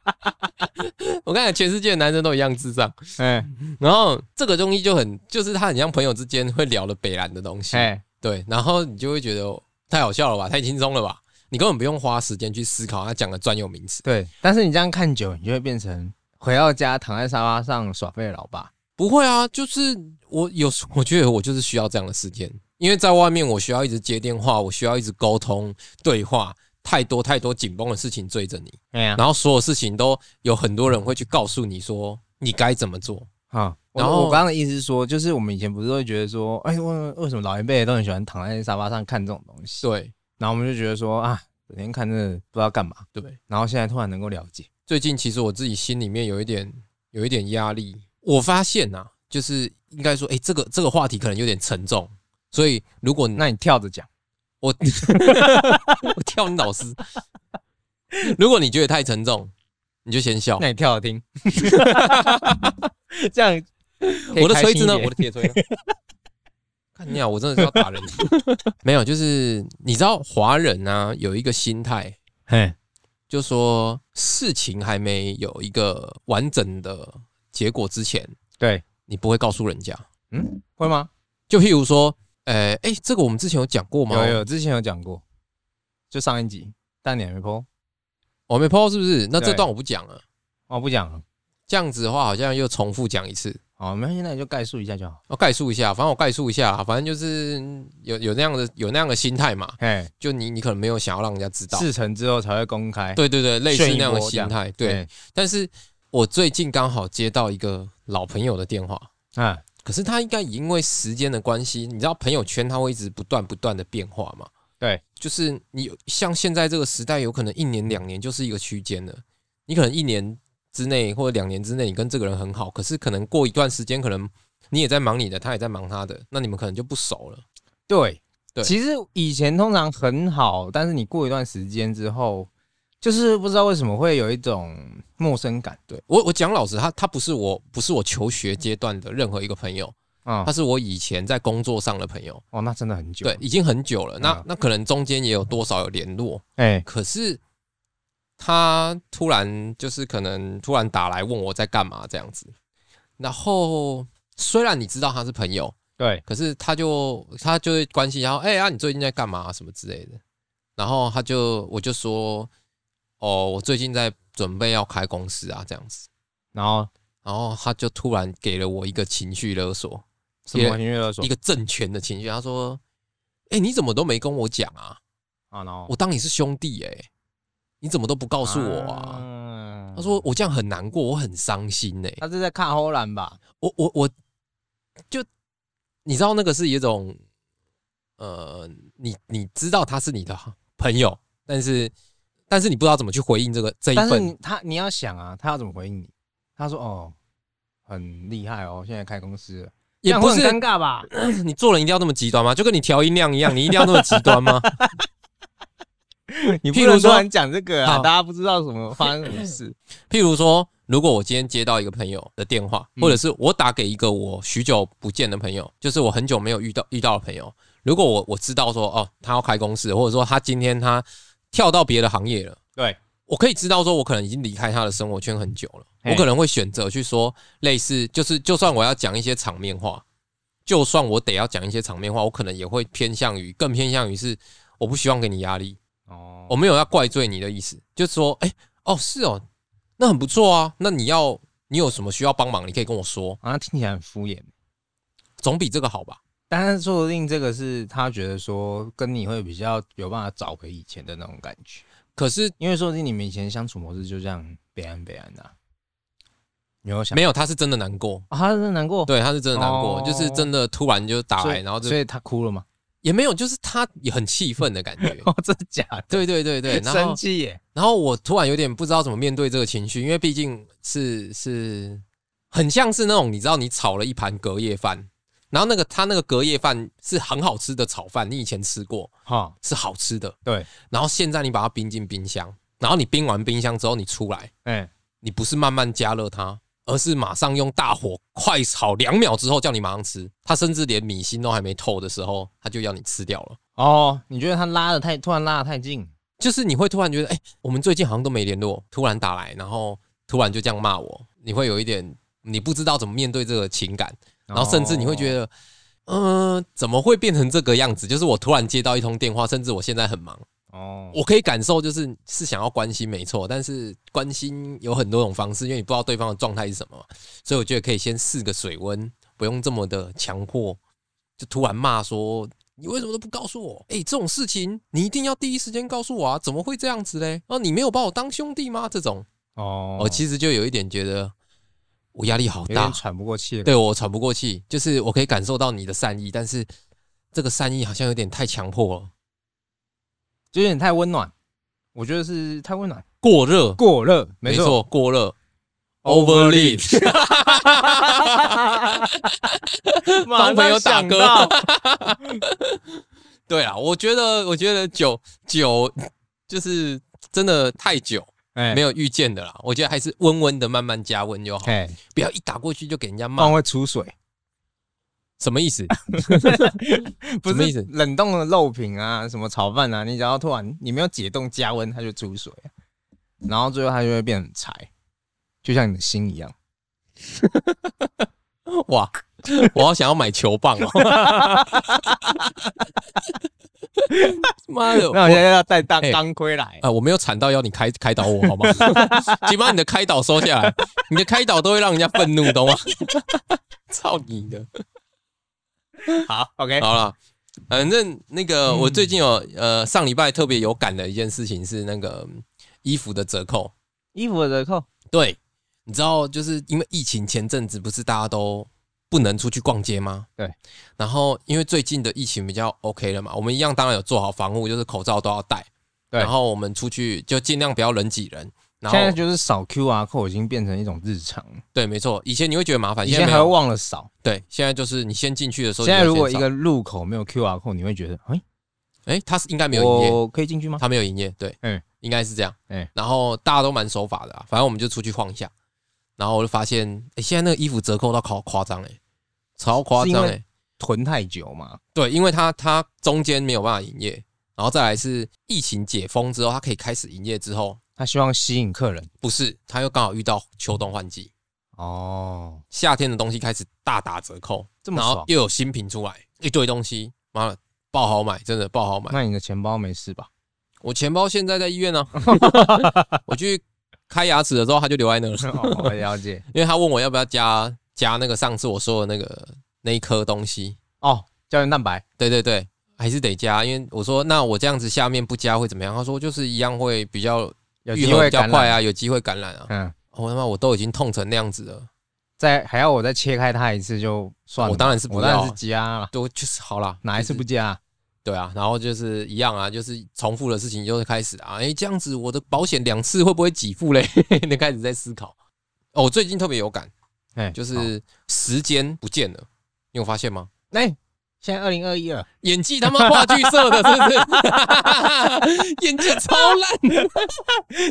[SPEAKER 2] 我看全世界的男生都一样智障，
[SPEAKER 1] 哎
[SPEAKER 2] 然后这个东西就很，就是他很像朋友之间会聊的北兰的东西，
[SPEAKER 1] 哎，
[SPEAKER 2] 对，然后你就会觉得太好笑了吧，太轻松了吧，你根本不用花时间去思考他讲的专有名词，
[SPEAKER 1] 对。但是你这样看久，你就会变成回到家躺在沙发上耍废的老爸。
[SPEAKER 2] 不会啊，就是我有时，我觉得我就是需要这样的时间，因为在外面我需要一直接电话，我需要一直沟通对话，太多太多紧绷的事情追着你。
[SPEAKER 1] 哎呀，
[SPEAKER 2] 然后所有事情都有很多人会去告诉你说你该怎么做。
[SPEAKER 1] 好。然
[SPEAKER 2] 然后
[SPEAKER 1] 后我刚刚的意思是说，就是我们以前不是会觉得说，哎，为为什么老一辈都很喜欢躺在沙发上看这种东西？
[SPEAKER 2] 对
[SPEAKER 1] 然后我们就觉得说啊，整天看这个不知道干嘛。
[SPEAKER 2] 对，
[SPEAKER 1] 然后现在突然能够了解，
[SPEAKER 2] 最近其实我自己心里面有一点有一点压力，我发现啊，就是应该说，哎、这个这个话题可能有点沉重，所以如果那
[SPEAKER 1] 那你跳着讲，
[SPEAKER 2] 我 我跳你老师，如果你觉得太沉重，你就先笑。
[SPEAKER 1] 那你跳着听， 这样可以
[SPEAKER 2] 我的
[SPEAKER 1] 开
[SPEAKER 2] 锤
[SPEAKER 1] 心
[SPEAKER 2] 子
[SPEAKER 1] 一
[SPEAKER 2] 呢？
[SPEAKER 1] 点
[SPEAKER 2] 我的铁锤 呢？看你啊，我真的是要打人。没有，就是你知道华人啊有一个心态，
[SPEAKER 1] 嘿，
[SPEAKER 2] 就说事情还没有一个完整的结果之前，
[SPEAKER 1] 对，
[SPEAKER 2] 你不会告诉人家。
[SPEAKER 1] 嗯，会吗？
[SPEAKER 2] 就譬如说，呃，哎、这个我们之前有讲过吗？
[SPEAKER 1] 有有，之前有讲过，就上一集，但你还没 PO，
[SPEAKER 2] 我哦没 PO 是不是？那
[SPEAKER 1] 对
[SPEAKER 2] 这段我不讲了。
[SPEAKER 1] 哦，不讲了，
[SPEAKER 2] 这样子的话，好像又重复讲一次。
[SPEAKER 1] 好，没关系，那你就概述一下就好。
[SPEAKER 2] 我概述一下，反正我概述一下啦，反正就是嗯有有那样的有那样的心态嘛，
[SPEAKER 1] 嘿，
[SPEAKER 2] 就你你可能没有想要让人家知道，
[SPEAKER 1] 事成之后才会公开。
[SPEAKER 2] 对对对，类似
[SPEAKER 1] 炫一
[SPEAKER 2] 那样的
[SPEAKER 1] 波这
[SPEAKER 2] 心
[SPEAKER 1] 样
[SPEAKER 2] 态，对。但是我最近刚好接到一个老朋友的电话，
[SPEAKER 1] 嘿，啊，
[SPEAKER 2] 可是他应该也因为时间的关系，你知道朋友圈它会一直不断不断的变化嘛？
[SPEAKER 1] 对，
[SPEAKER 2] 就是你有像现在这个时代，有可能一年两年就是一个区间了。你可能一年之内或者两年之内，你跟这个人很好，可是可能过一段时间，可能你也在忙你的，他也在忙他的，那你们可能就不熟了。
[SPEAKER 1] 对
[SPEAKER 2] 对
[SPEAKER 1] 其实以前通常很好，但是你过一段时间之后，就是不知道为什么会有一种陌生感。
[SPEAKER 2] 对我，我讲老实，他他不是我不是我求学阶段的任何一个朋友，
[SPEAKER 1] 啊、
[SPEAKER 2] 他是我以前在工作上的朋友，
[SPEAKER 1] 哦，那真的很久。
[SPEAKER 2] 对，，已经很久了。那
[SPEAKER 1] 嗯
[SPEAKER 2] 那可能中间也有多少有联络，
[SPEAKER 1] 哎，
[SPEAKER 2] 可是他突然就是可能突然打来问我在干嘛这样子，然后虽然你知道他是朋友，
[SPEAKER 1] 对，
[SPEAKER 2] 可是他就他就会关心一下，然后哎呀、啊你最近在干嘛、什么之类的，然后他就我就说哦我最近在准备要开公司啊这样子，
[SPEAKER 1] 然后
[SPEAKER 2] 然后他就突然给了我一个情绪勒索，
[SPEAKER 1] 什么音乐勒索
[SPEAKER 2] 一个政权的情绪，他说哎、你怎么都没跟我讲啊，
[SPEAKER 1] 啊，然后
[SPEAKER 2] 我当你是兄弟哎、你怎么都不告诉我啊
[SPEAKER 1] 啊
[SPEAKER 2] 他说我这样很难过，我很伤心呢、
[SPEAKER 1] 他是在看后兰吧？
[SPEAKER 2] 我我我就你知道那个是一种，呃，你你知道他是你的朋友，但是但是你不知道怎么去回应这个这一
[SPEAKER 1] 但是
[SPEAKER 2] 份
[SPEAKER 1] 你，他你要想啊，他要怎么回应你？他说哦，很厉害哦，现在开公司了，这
[SPEAKER 2] 也
[SPEAKER 1] 样
[SPEAKER 2] 不
[SPEAKER 1] 会很
[SPEAKER 2] 是
[SPEAKER 1] 尴尬吧？
[SPEAKER 2] 你做人一定要那么极端吗？就跟你调音量一样，你一定要那么极端吗？
[SPEAKER 1] 你
[SPEAKER 2] 譬
[SPEAKER 1] 不
[SPEAKER 2] 如
[SPEAKER 1] 能突
[SPEAKER 2] 说
[SPEAKER 1] 然讲这个啊，
[SPEAKER 2] 好
[SPEAKER 1] 大家不知道什么发生什么事。
[SPEAKER 2] 譬如说，如果我今天接到一个朋友的电话，
[SPEAKER 1] 嗯
[SPEAKER 2] 或者是我打给一个我许久不见的朋友，就是我很久没有遇到遇到的朋友，如果我我知道说哦，他要开公司，或者说他今天他跳到别的行业了，
[SPEAKER 1] 对，
[SPEAKER 2] 我可以知道说我可能已经离开他的生活圈很久了，
[SPEAKER 1] 嘿
[SPEAKER 2] 我可能会选择去说类似，就是就算我要讲一些场面话，就算我得要讲一些场面话，我可能也会偏向于更偏向于是我不希望给你压力，
[SPEAKER 1] 哦，
[SPEAKER 2] 我没有要怪罪你的意思，就是说，哎、哦，是哦，那很不错啊。那你要你有什么需要帮忙，你可以跟我说，
[SPEAKER 1] 好像听起来很敷衍，
[SPEAKER 2] 总比这个好吧？
[SPEAKER 1] 但是说不定这个是他觉得说跟你会比较有办法找回以前的那种感觉，
[SPEAKER 2] 可是
[SPEAKER 1] 因为说不定你们以前相处模式就这样北安北安的、啊，没有想
[SPEAKER 2] 没有，他是真的难过，
[SPEAKER 1] 啊，他是难过，
[SPEAKER 2] 对，他是真的难过，
[SPEAKER 1] 哦
[SPEAKER 2] 就是真的突然就打
[SPEAKER 1] 所
[SPEAKER 2] 来，
[SPEAKER 1] 以
[SPEAKER 2] 然后就
[SPEAKER 1] 所以他哭了吗？ 。
[SPEAKER 2] 也没有，就是他也很气愤的感觉
[SPEAKER 1] 哦，真的假的？
[SPEAKER 2] 对对对对，然后
[SPEAKER 1] 生气耶！
[SPEAKER 2] 然后我突然有点不知道怎么面对这个情绪，因为毕竟是是很像是那种你知道你炒了一盘隔夜饭，然后那个他那个隔夜饭是很好吃的炒饭，你以前吃过
[SPEAKER 1] 哈，
[SPEAKER 2] 是好吃的，
[SPEAKER 1] 对，
[SPEAKER 2] 然后现在你把它冰进冰箱，然后你冰完冰箱之后你出来，
[SPEAKER 1] 哎，
[SPEAKER 2] 你不是慢慢加热它，而是马上用大火快炒两秒之后叫你马上吃，它甚至连米心都还没透的时候，它就要你吃掉了。
[SPEAKER 1] 哦，你觉得他拉的太突然拉的太近，
[SPEAKER 2] 就是你会突然觉得，哎、我们最近好像都没联络，突然打来，然后突然就这样骂我，你会有一点你不知道怎么面对这个情感，
[SPEAKER 1] 哦
[SPEAKER 2] 然后甚至你会觉
[SPEAKER 1] 得
[SPEAKER 2] 得，嗯、怎么会变成这个样子？就是我突然接到一通电话，甚至我现在很忙，
[SPEAKER 1] 哦，
[SPEAKER 2] 我可以感受就是是想要关心没错，但是关心有很多种方式，因为你不知道对方的状态是什么嘛，所以我觉得可以先试个水温，不用这么的强迫，就突然骂说你为什么都不告诉我？哎、这种事情你一定要第一时间告诉我啊！怎么会这样子嘞？哦、你没有把我当兄弟吗？这种，
[SPEAKER 1] 哦，
[SPEAKER 2] 我其实就有一点觉得我压力好
[SPEAKER 1] 有
[SPEAKER 2] 大
[SPEAKER 1] 点，喘不过气了。
[SPEAKER 2] 对我喘不过气，就是我可以感受到你的善意，但是这个善意好像有点太强迫了，
[SPEAKER 1] 就有点太温暖，我觉得是太温暖，
[SPEAKER 2] 过热，
[SPEAKER 1] 过热，
[SPEAKER 2] 没
[SPEAKER 1] 没 错，，
[SPEAKER 2] 过热。
[SPEAKER 1] Overlead
[SPEAKER 2] Overlead，帮朋友打歌
[SPEAKER 1] 马上想到。
[SPEAKER 2] 对啊，我觉得，我觉得酒酒就是真的太久
[SPEAKER 1] 哎，
[SPEAKER 2] 没
[SPEAKER 1] 有，
[SPEAKER 2] 有遇见的啦。我觉得还是温温的慢慢加温就好，
[SPEAKER 1] 哎，
[SPEAKER 2] 不要一打过去就给人家
[SPEAKER 1] 不然
[SPEAKER 2] 骂。
[SPEAKER 1] 会出水，
[SPEAKER 2] 什么意 思？
[SPEAKER 1] 不
[SPEAKER 2] 什么意
[SPEAKER 1] 是
[SPEAKER 2] 思
[SPEAKER 1] 冷冻的肉品啊，什么炒饭啊，你只要突然你没有解冻加温，它就出水，然后最后它就会变成柴，就像你的心一样。
[SPEAKER 2] 哇，我好想要买球 棒哦！妈的，
[SPEAKER 1] 那我现在要带大
[SPEAKER 2] 哎
[SPEAKER 1] 钢盔来，
[SPEAKER 2] 啊，我没有惨到要你开开导我 好吗？请把你的开导收下来，你的开导都会让人家愤怒，懂吗？ 操你的！
[SPEAKER 1] 好，OK，
[SPEAKER 2] 好了，反正那个
[SPEAKER 1] 嗯
[SPEAKER 2] 我最近有呃上礼拜特别有感的一件事情是那个嗯衣服的折扣。
[SPEAKER 1] 衣服的折扣，
[SPEAKER 2] 对，你知道就是因为疫情前阵子不是大家都不能出去逛街吗？
[SPEAKER 1] 对。
[SPEAKER 2] 然后因为最近的疫情比较 OK 了嘛，我们一样当然有做好防护，就是口罩都要戴。
[SPEAKER 1] 对
[SPEAKER 2] 然后我们出去就尽量不要人挤人。然
[SPEAKER 1] 现
[SPEAKER 2] 后
[SPEAKER 1] 在就是扫 QR code 已经变成一种日常，
[SPEAKER 2] 对，没错，以前你会觉得麻烦，
[SPEAKER 1] 以
[SPEAKER 2] 啊现在
[SPEAKER 1] 前
[SPEAKER 2] 没
[SPEAKER 1] 还会
[SPEAKER 2] 有。
[SPEAKER 1] 忘了扫，
[SPEAKER 2] 对，现在就是你先进去的时候，
[SPEAKER 1] 现在
[SPEAKER 2] 你就
[SPEAKER 1] 如果
[SPEAKER 2] 先
[SPEAKER 1] 一
[SPEAKER 2] 扫
[SPEAKER 1] 个入口没有 QR code，你会觉得，哎，
[SPEAKER 2] 哎，他是应该没有营业，
[SPEAKER 1] 我可以进去吗？
[SPEAKER 2] 他没有营业，对，
[SPEAKER 1] 嗯
[SPEAKER 2] 嗯，应该是这样，
[SPEAKER 1] 嗯
[SPEAKER 2] 嗯，然后大家都蛮守法的、啊，反正我们就出去晃一下，然后我就发现，哎，现在那个衣服折扣到好夸张哎，超夸
[SPEAKER 1] 是因
[SPEAKER 2] 张
[SPEAKER 1] 为
[SPEAKER 2] 哎，
[SPEAKER 1] 囤太久嘛，
[SPEAKER 2] 对，因为它它中间没有办法营业，然后再来是疫情解封之后，它可以开始营业之后，
[SPEAKER 1] 他希望吸引客人
[SPEAKER 2] 不是，它又刚好遇到秋冬换季，
[SPEAKER 1] 哦，
[SPEAKER 2] 夏天的东西开始大打折扣，
[SPEAKER 1] 这么
[SPEAKER 2] 然后
[SPEAKER 1] 爽。
[SPEAKER 2] 又有新品出来，一堆东西，妈的，爆好买，真的爆好买。
[SPEAKER 1] 那你的钱包没事 吧？
[SPEAKER 2] 我钱包现在在医 院呢、我去开牙齿的时候，它就留在那了，
[SPEAKER 1] 哦我了解
[SPEAKER 2] 因为他问我要不要加加那个上次我说的那个那一颗东西，
[SPEAKER 1] 哦，胶原蛋白
[SPEAKER 2] 对对对，还是得加，因为我说那我这样子下面不加会怎么样？他说就是一样会比较
[SPEAKER 1] 有
[SPEAKER 2] 愈
[SPEAKER 1] 机
[SPEAKER 2] 合
[SPEAKER 1] 会
[SPEAKER 2] 比较
[SPEAKER 1] 感
[SPEAKER 2] 快
[SPEAKER 1] 染。
[SPEAKER 2] 啊，有机会感染啊。
[SPEAKER 1] 嗯，
[SPEAKER 2] 我他妈我都已经痛成那样子了，
[SPEAKER 1] 再还要我再切开它一次就算了吧。
[SPEAKER 2] 我当然是不
[SPEAKER 1] 我当然
[SPEAKER 2] 要
[SPEAKER 1] 是加了，
[SPEAKER 2] 都就是好啦，
[SPEAKER 1] 哪一次
[SPEAKER 2] 就是
[SPEAKER 1] 不加？
[SPEAKER 2] 对啊？然后就是一样啊，就是重复的事情就会开始啊，哎、这样子我的保险两次会不会给付嘞？ 你开始在思考。哦，我最近特别有感，
[SPEAKER 1] 哎，
[SPEAKER 2] 就
[SPEAKER 1] 好
[SPEAKER 2] 是时间不见了，你有发现吗？
[SPEAKER 1] 哎，现在二零二一 了，
[SPEAKER 2] 演技他妈话剧社的，是不是？ 演技超烂。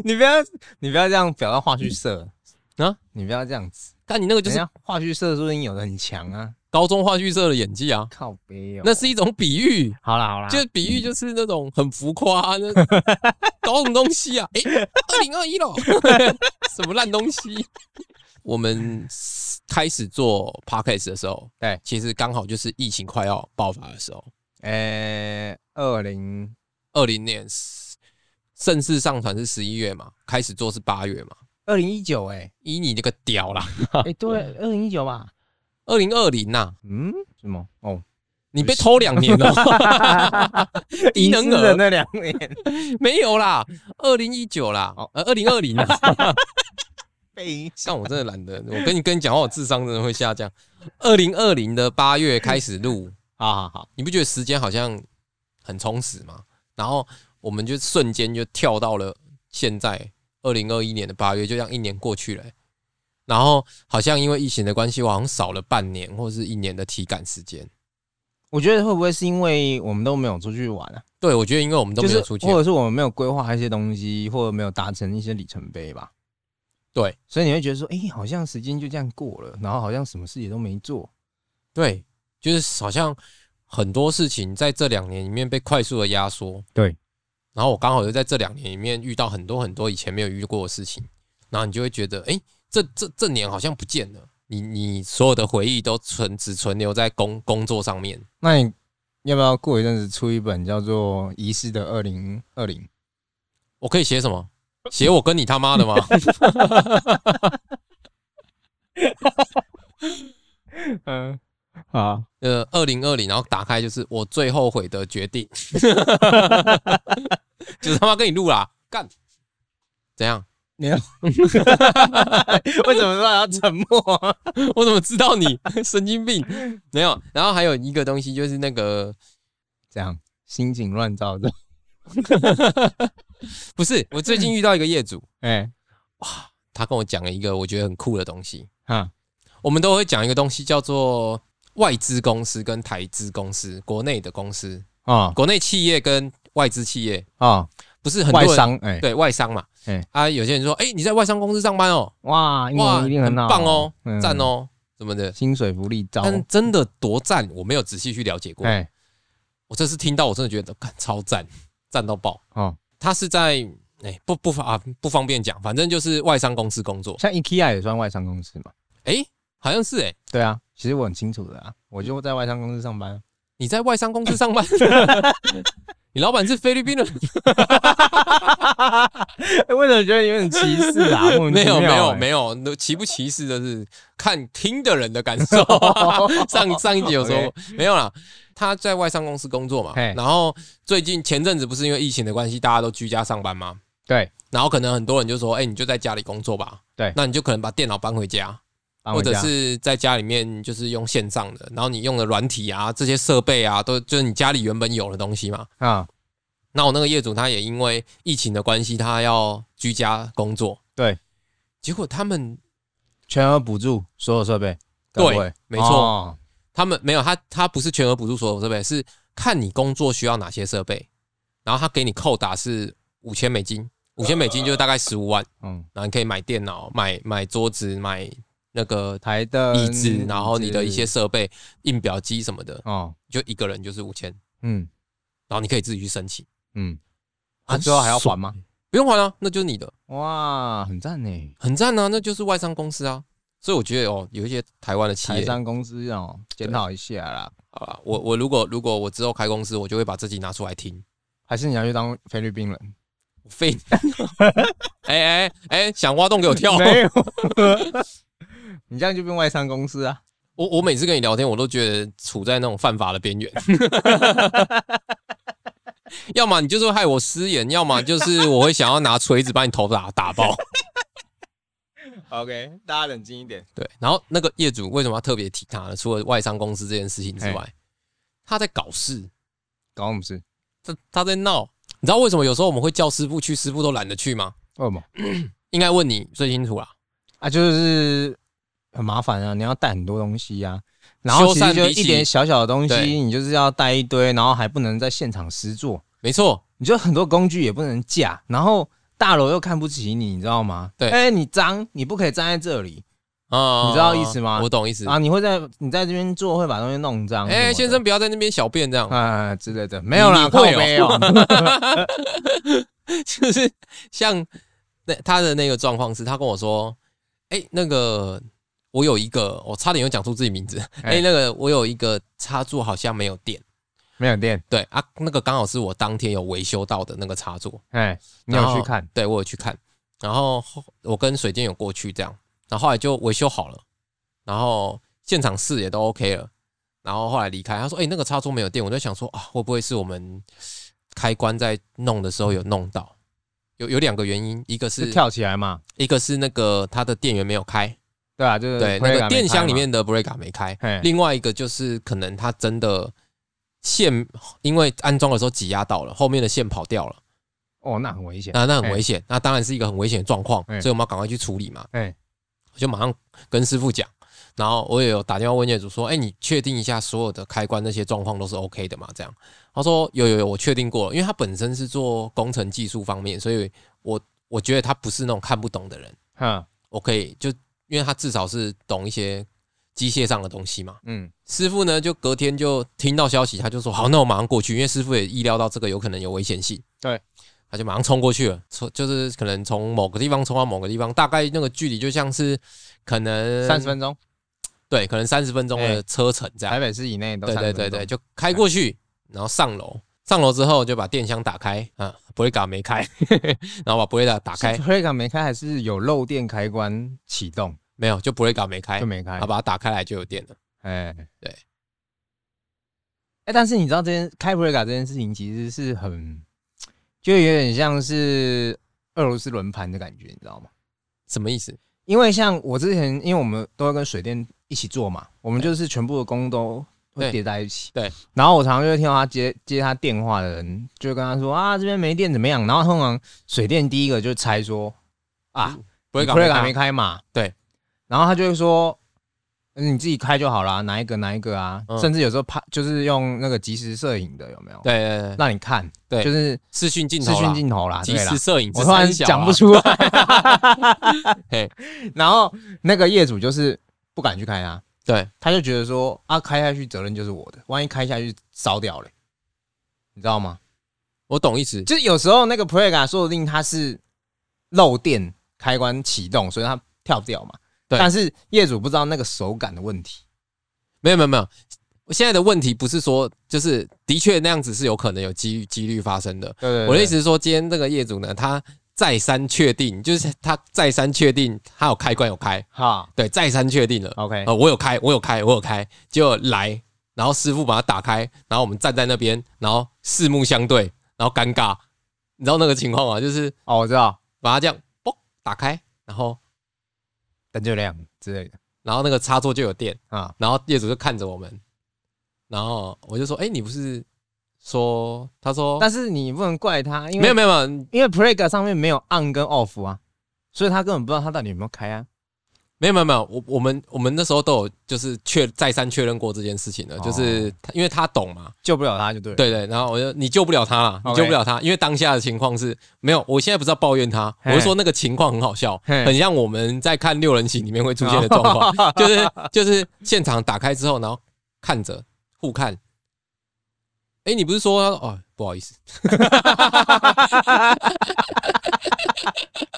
[SPEAKER 1] 你不要你不要这样表到话剧社
[SPEAKER 2] 啊！
[SPEAKER 1] 嗯你不要这样子，
[SPEAKER 2] 但你那个
[SPEAKER 1] 就
[SPEAKER 2] 就
[SPEAKER 1] 是是话剧社说不定有的很强啊，
[SPEAKER 2] 高中话剧社的演技啊，
[SPEAKER 1] 靠背哦。
[SPEAKER 2] 那是一种比喻，
[SPEAKER 1] 好啦好啦，
[SPEAKER 2] 就比喻就是那种很浮夸、啊， 那搞什么东西啊？哎、2二零二一了， 什么烂东西？我们开始做 podcast 的时候，
[SPEAKER 1] 对
[SPEAKER 2] 其实刚好就是疫情快要爆发的时候，
[SPEAKER 1] 呃二零
[SPEAKER 2] 二零年正式上传是十一月嘛，开始做是八月嘛。
[SPEAKER 1] 二零一九哎
[SPEAKER 2] 以你这个屌啦，
[SPEAKER 1] 哎对二零一九吧，
[SPEAKER 2] 二零二零呐，
[SPEAKER 1] 嗯什么 哦
[SPEAKER 2] 你被偷两 年了，低能
[SPEAKER 1] 遗失的
[SPEAKER 2] 儿
[SPEAKER 1] 那两年
[SPEAKER 2] 没有啦，二零一九啦
[SPEAKER 1] 哦，
[SPEAKER 2] 呃，二零二零啦。
[SPEAKER 1] 被影响
[SPEAKER 2] 但我真的懒得，我跟你跟你讲话，我智商真的会下降。二零二零的八月开始录，
[SPEAKER 1] 好好好，
[SPEAKER 2] 你不觉得时间好像很充实吗？然后我们就瞬间就跳到了现在二零二一年的八月，就这样一年过去了欸、然后好像因为疫情的关系，我好像少了半年或是一年的体感时间。
[SPEAKER 1] 我觉得会不会是因为我们都没有出去玩啊？
[SPEAKER 2] 对，我觉得因为我们都
[SPEAKER 1] 就
[SPEAKER 2] 没
[SPEAKER 1] 是
[SPEAKER 2] 有出去，啊
[SPEAKER 1] 或者是我们没有啊规划一些东西，或者没有达成一些里程碑吧。
[SPEAKER 2] 对，
[SPEAKER 1] 所以你会觉得说，哎、好像时间就这样过了，然后好像什么事也都没做。
[SPEAKER 2] 对，就是好像很多事情在这两年里面被快速的压缩。
[SPEAKER 1] 对，
[SPEAKER 2] 然后我刚好又在这两年里面遇到很多很多以前没有遇过的事情，然后你就会觉得，哎、这这这年好像不见了。你你所有的回忆都存只存留在工工作上面，
[SPEAKER 1] 那你要不要过一阵子出一本叫做《遗失的二零二零》？
[SPEAKER 2] 我可以写什么？写我跟你他妈的吗？
[SPEAKER 1] 嗯，好，
[SPEAKER 2] 呃，二零二零，然后打开就是我最后悔的决定， 就是他妈跟你录啦，干，怎样？
[SPEAKER 1] 你要 为什么突然要沉默？
[SPEAKER 2] 我怎么知道你 神经病？没有，然后还有一个东西就是那个
[SPEAKER 1] 这样心情乱糟的。
[SPEAKER 2] 不是，我最近遇到一个业主，
[SPEAKER 1] 哎、
[SPEAKER 2] 他跟我讲了一个我觉得很酷的东西。
[SPEAKER 1] 哈，
[SPEAKER 2] 我们都会讲一个东西叫做外资公司跟台资公司，国内的公司，
[SPEAKER 1] 哦
[SPEAKER 2] 国内企业跟外资企业，
[SPEAKER 1] 哦，
[SPEAKER 2] 不是很多
[SPEAKER 1] 外
[SPEAKER 2] 人
[SPEAKER 1] 商哎、
[SPEAKER 2] 对外商嘛
[SPEAKER 1] 哎。
[SPEAKER 2] 啊，有些人说，哎，你在外商公司上班哦，
[SPEAKER 1] 哇，英
[SPEAKER 2] 哇，
[SPEAKER 1] 文一定很好，
[SPEAKER 2] 棒哦，
[SPEAKER 1] 嗯
[SPEAKER 2] 赞，哦，什么的。
[SPEAKER 1] 薪水福利高，
[SPEAKER 2] 但真的多赞，我没有仔细去了解过。
[SPEAKER 1] 哎、
[SPEAKER 2] 我这次听到，我真的觉得，干超赞，赞到爆。
[SPEAKER 1] 哦，
[SPEAKER 2] 他是在哎、不不方啊不方便讲，反正就是外商公司工作。
[SPEAKER 1] 像 IKEA 也算外商公司嘛？
[SPEAKER 2] 哎、好像是哎、
[SPEAKER 1] 对啊，其实我很清楚的啊，我就在外商公司上班。
[SPEAKER 2] 你在外商公司上班，你老板是菲律宾人？
[SPEAKER 1] 为什么觉得有点歧视 啊？
[SPEAKER 2] 没有没有
[SPEAKER 1] 有，
[SPEAKER 2] 没有，那歧不歧视的是看听的人的感受。啊 上上一集有说过没有啦，他在外商公司工作嘛，
[SPEAKER 1] 嘿
[SPEAKER 2] 然后最近前阵子不是因为疫情的关系，大家都居家上班吗？
[SPEAKER 1] 对，
[SPEAKER 2] 然后可能很多人就说，哎、你就在家里工作吧。
[SPEAKER 1] 对
[SPEAKER 2] 那你就可能把电脑搬回家，
[SPEAKER 1] 搬
[SPEAKER 2] 或
[SPEAKER 1] 回
[SPEAKER 2] 者
[SPEAKER 1] 家
[SPEAKER 2] 是在家里面就是用线上的，然后你用的软体啊，这些设备啊，都就是你家里原本有的东西嘛。
[SPEAKER 1] 啊，
[SPEAKER 2] 那我那个业主他也因为疫情的关系，他要居家工作，
[SPEAKER 1] 对，
[SPEAKER 2] 结果他们
[SPEAKER 1] 全额补助所有设备，该不会
[SPEAKER 2] 对，没错，
[SPEAKER 1] 哦
[SPEAKER 2] 他们没有他他不是全额补助所有设备，是看你工作需要哪些设备，然后他给你扣打是五千美金，五千美金就是大概十五万，
[SPEAKER 1] 嗯，
[SPEAKER 2] 然后你可以买电脑、买买桌子、买那个
[SPEAKER 1] 台的
[SPEAKER 2] 椅子，然后你的一些设备、印表机什么的，
[SPEAKER 1] 哦，
[SPEAKER 2] 就一个人就是五千，
[SPEAKER 1] 嗯
[SPEAKER 2] 然后你可以自己去申请，
[SPEAKER 1] 嗯，
[SPEAKER 2] 啊
[SPEAKER 1] 那最后还要
[SPEAKER 2] 爽
[SPEAKER 1] 还吗？
[SPEAKER 2] 不用还啊，那就是你的，
[SPEAKER 1] 哇，很赞欸呢，
[SPEAKER 2] 很赞啊，那就是外商公司啊。所以我觉得哦，有一些台湾的企
[SPEAKER 1] 台
[SPEAKER 2] 业，
[SPEAKER 1] 商公司哦，检讨一下啦，
[SPEAKER 2] 好吧，我我如果如果我之后开公司，我就会把自己拿出来听。
[SPEAKER 1] 还是你要去当菲律宾人？
[SPEAKER 2] 我非，哎哎哎，想挖洞给我跳！
[SPEAKER 1] 没 有，你这样就变外商公司啊。
[SPEAKER 2] 我我每次跟你聊天，我都觉得处在那种犯法的边 缘。要么你就是会害我失言，要么就是我会想要拿锤子把你头打打爆。
[SPEAKER 1] OK，大家冷静一点。
[SPEAKER 2] 对，然后那个业主为什么要特别提他呢？除了外商公司这件事情之外，他在搞事，
[SPEAKER 1] 搞我们事？
[SPEAKER 2] 他他在闹。你知道为什么有时候我们会叫师傅去，师傅都懒得去吗？
[SPEAKER 1] 为什么？
[SPEAKER 2] 应该问你最清楚啦。
[SPEAKER 1] 啊，就是很麻烦啊，你要带很多东西呀、然后其实就
[SPEAKER 2] 修缮比起
[SPEAKER 1] 一点小小的东西，
[SPEAKER 2] 对
[SPEAKER 1] 你就是要带一堆，然后还不能在现场实做，
[SPEAKER 2] 没错，
[SPEAKER 1] 你就很多工具也不能架，然后大楼又看不起你，你知道吗？
[SPEAKER 2] 对
[SPEAKER 1] 哎、你脏，你不可以站在这里
[SPEAKER 2] 啊、
[SPEAKER 1] 你知道意思吗
[SPEAKER 2] 我懂意思。
[SPEAKER 1] 啊！你会在你在这边做，会把东西弄脏。
[SPEAKER 2] 哎、先生，，不要在那边小便这样。
[SPEAKER 1] 啊之类的，没有啦，
[SPEAKER 2] 你会哦
[SPEAKER 1] 靠没有，
[SPEAKER 2] 就是像那他的那个状况是，他跟我说：“哎、那个我有一个，我差点又讲出自己名字。哎、
[SPEAKER 1] 哎
[SPEAKER 2] 那个我有一个插座好像没有电，
[SPEAKER 1] 没有电，
[SPEAKER 2] 对啊，那个刚好是我当天有维修到的那个插座，
[SPEAKER 1] 哎，你
[SPEAKER 2] 然
[SPEAKER 1] 有
[SPEAKER 2] 后
[SPEAKER 1] 去看？
[SPEAKER 2] 对我有去看，然后后我跟水电有过去这样，然后后来就维修好了，然后现场试也都 OK 了，然后后来离开，他说：哎、那个插座没有电，我就想说啊，会不会是我们开关在弄的时候有弄到？”有有两个原因，一个
[SPEAKER 1] 是
[SPEAKER 2] 是
[SPEAKER 1] 跳起来嘛？
[SPEAKER 2] 一个是那个它的电源没有开，
[SPEAKER 1] 对啊，就是
[SPEAKER 2] 对，
[SPEAKER 1] 推
[SPEAKER 2] 那
[SPEAKER 1] 杆
[SPEAKER 2] 个
[SPEAKER 1] 没
[SPEAKER 2] 电
[SPEAKER 1] 开
[SPEAKER 2] 箱里
[SPEAKER 1] 嘛，
[SPEAKER 2] 面的 b r e a k 没开
[SPEAKER 1] 嘿。
[SPEAKER 2] 另外一个就是可能它真的线因为安装的时候挤压到了，后面的线跑掉了，
[SPEAKER 1] 哦，那很危险。
[SPEAKER 2] 那那很危险，那当然是一个很危险的状况，
[SPEAKER 1] 哎
[SPEAKER 2] 所以我们要赶快去处理嘛。
[SPEAKER 1] 哎，
[SPEAKER 2] 我就马上跟师傅讲，然后我也有打电话问业主说，哎、你确定一下所有的开关那些状况都是 OK 的嘛？这样，他说有有有，我确定过了，因为他本身是做工程技术方面，所以我我觉得他不是那种看不懂的人，
[SPEAKER 1] 哈，
[SPEAKER 2] 我可以就因为他至少是懂一些机械上的东西嘛。
[SPEAKER 1] 嗯，
[SPEAKER 2] 师傅呢，就隔天就听到消息，他就说好，那我马上过去，因为师傅也意料到这个有可能有危险性，
[SPEAKER 1] 对，
[SPEAKER 2] 他就马上冲过去了，冲就是可能从某个地方冲到某个地方，大概那个距离就像是可能
[SPEAKER 1] 三十分哎钟，
[SPEAKER 2] 对，可能三十分钟的车程这样
[SPEAKER 1] 台，北市以内都
[SPEAKER 2] 对啊
[SPEAKER 1] 30
[SPEAKER 2] 对
[SPEAKER 1] 分
[SPEAKER 2] 对
[SPEAKER 1] 钟
[SPEAKER 2] 对，，就开过去，然后上楼，上楼之后就把电箱打开，啊，布瑞达没开， 然后把布瑞达打开
[SPEAKER 1] 是，Play 没啊开还是有漏电开关启动
[SPEAKER 2] 没有，就布瑞达没开
[SPEAKER 1] 就，没开
[SPEAKER 2] 哎好，把它打开来就有电了，
[SPEAKER 1] 哎，
[SPEAKER 2] 对。
[SPEAKER 1] 哎，但是你知道这件开 Play 这件事情其实是很，就有点像是俄罗斯轮盘的感觉，你知道吗？
[SPEAKER 2] 什么意思？
[SPEAKER 1] 因为像我之前，因为我们都要跟水电一起做嘛，我们就是全部的工都会
[SPEAKER 2] 对
[SPEAKER 1] 叠在一起。
[SPEAKER 2] 对。
[SPEAKER 1] 然后我常常就会听到他接接他电话的人，就会跟他说啊，这边没电怎么样？然后通常水电第一个就猜说啊，
[SPEAKER 2] 布瑞达
[SPEAKER 1] 你 Craig
[SPEAKER 2] 开
[SPEAKER 1] 还没开嘛。
[SPEAKER 2] 对。
[SPEAKER 1] 然后他就会说。嗯你自己开就好啦，哪一个哪一个啊？
[SPEAKER 2] 嗯
[SPEAKER 1] 甚至有时候拍就是用那个即时摄影的，有没有？，
[SPEAKER 2] 对对对对，
[SPEAKER 1] 让你看，
[SPEAKER 2] 对
[SPEAKER 1] 就是
[SPEAKER 2] 视讯镜
[SPEAKER 1] 视
[SPEAKER 2] 头
[SPEAKER 1] 讯
[SPEAKER 2] 啦，
[SPEAKER 1] 镜头啦，
[SPEAKER 2] 即
[SPEAKER 1] 啊对啦
[SPEAKER 2] 时摄影，
[SPEAKER 1] 我突然
[SPEAKER 2] 是三小啦啊
[SPEAKER 1] 讲不，出来
[SPEAKER 2] 嘿。
[SPEAKER 1] 然后那个业主就是不敢去开它，
[SPEAKER 2] 对，
[SPEAKER 1] 他就觉得说啊，开下去责任就是我的，万一开下去烧掉了，你知道吗？
[SPEAKER 2] 我懂意思，
[SPEAKER 1] 就是有时候那个 Prega 说不定它是漏电开关启动，所以它跳不掉嘛。
[SPEAKER 2] 对
[SPEAKER 1] 但是业主不知道那个手感的问题。
[SPEAKER 2] 没有没有没有，我现在的问题不是说，就是的确那样子是有可能有机遇几率发生的，
[SPEAKER 1] 对对
[SPEAKER 2] 我的意思，是说，今天这个业主呢，他再三确定，就是他再三确定他有开关有开，
[SPEAKER 1] 好
[SPEAKER 2] 对，再三确定了，
[SPEAKER 1] ，OK，
[SPEAKER 2] 呃，我有开，我有开，我有开，结果来，然后师傅把它打开，然后我们站在那边，然后四目相对，然后尴尬，你知道那个情况吗？就是
[SPEAKER 1] 哦，我知道，
[SPEAKER 2] 把它这样嘣打开，然后
[SPEAKER 1] 灯就亮之类的
[SPEAKER 2] 然后那个插座就有电，
[SPEAKER 1] 啊，
[SPEAKER 2] 然后业主就看着我们，然后我就说，哎、你不是说？他说
[SPEAKER 1] 但是你不能怪他，因为
[SPEAKER 2] 没有没有没有
[SPEAKER 1] 因为 Prega 上面没有 on 跟 off 啊，所以他根本不知道他到底有没有开啊。
[SPEAKER 2] 没有没有没有，我我们我们那时候都有就是确再三确认过这件事情了，
[SPEAKER 1] 哦
[SPEAKER 2] 就是他因为他懂嘛，
[SPEAKER 1] 救不了他就对了。，
[SPEAKER 2] 对对，然后我就你救不了他啦，你
[SPEAKER 1] OK
[SPEAKER 2] 救不了他，因为当下的情况是没有，我现在不是要抱怨他，我
[SPEAKER 1] 嘿
[SPEAKER 2] 是说那个情况很好笑，
[SPEAKER 1] 嘿
[SPEAKER 2] 很像我们在看六人行里面会出现的状况， 就是就是现场打开之后，然后看着互看，哎，你不是说哦不好意思，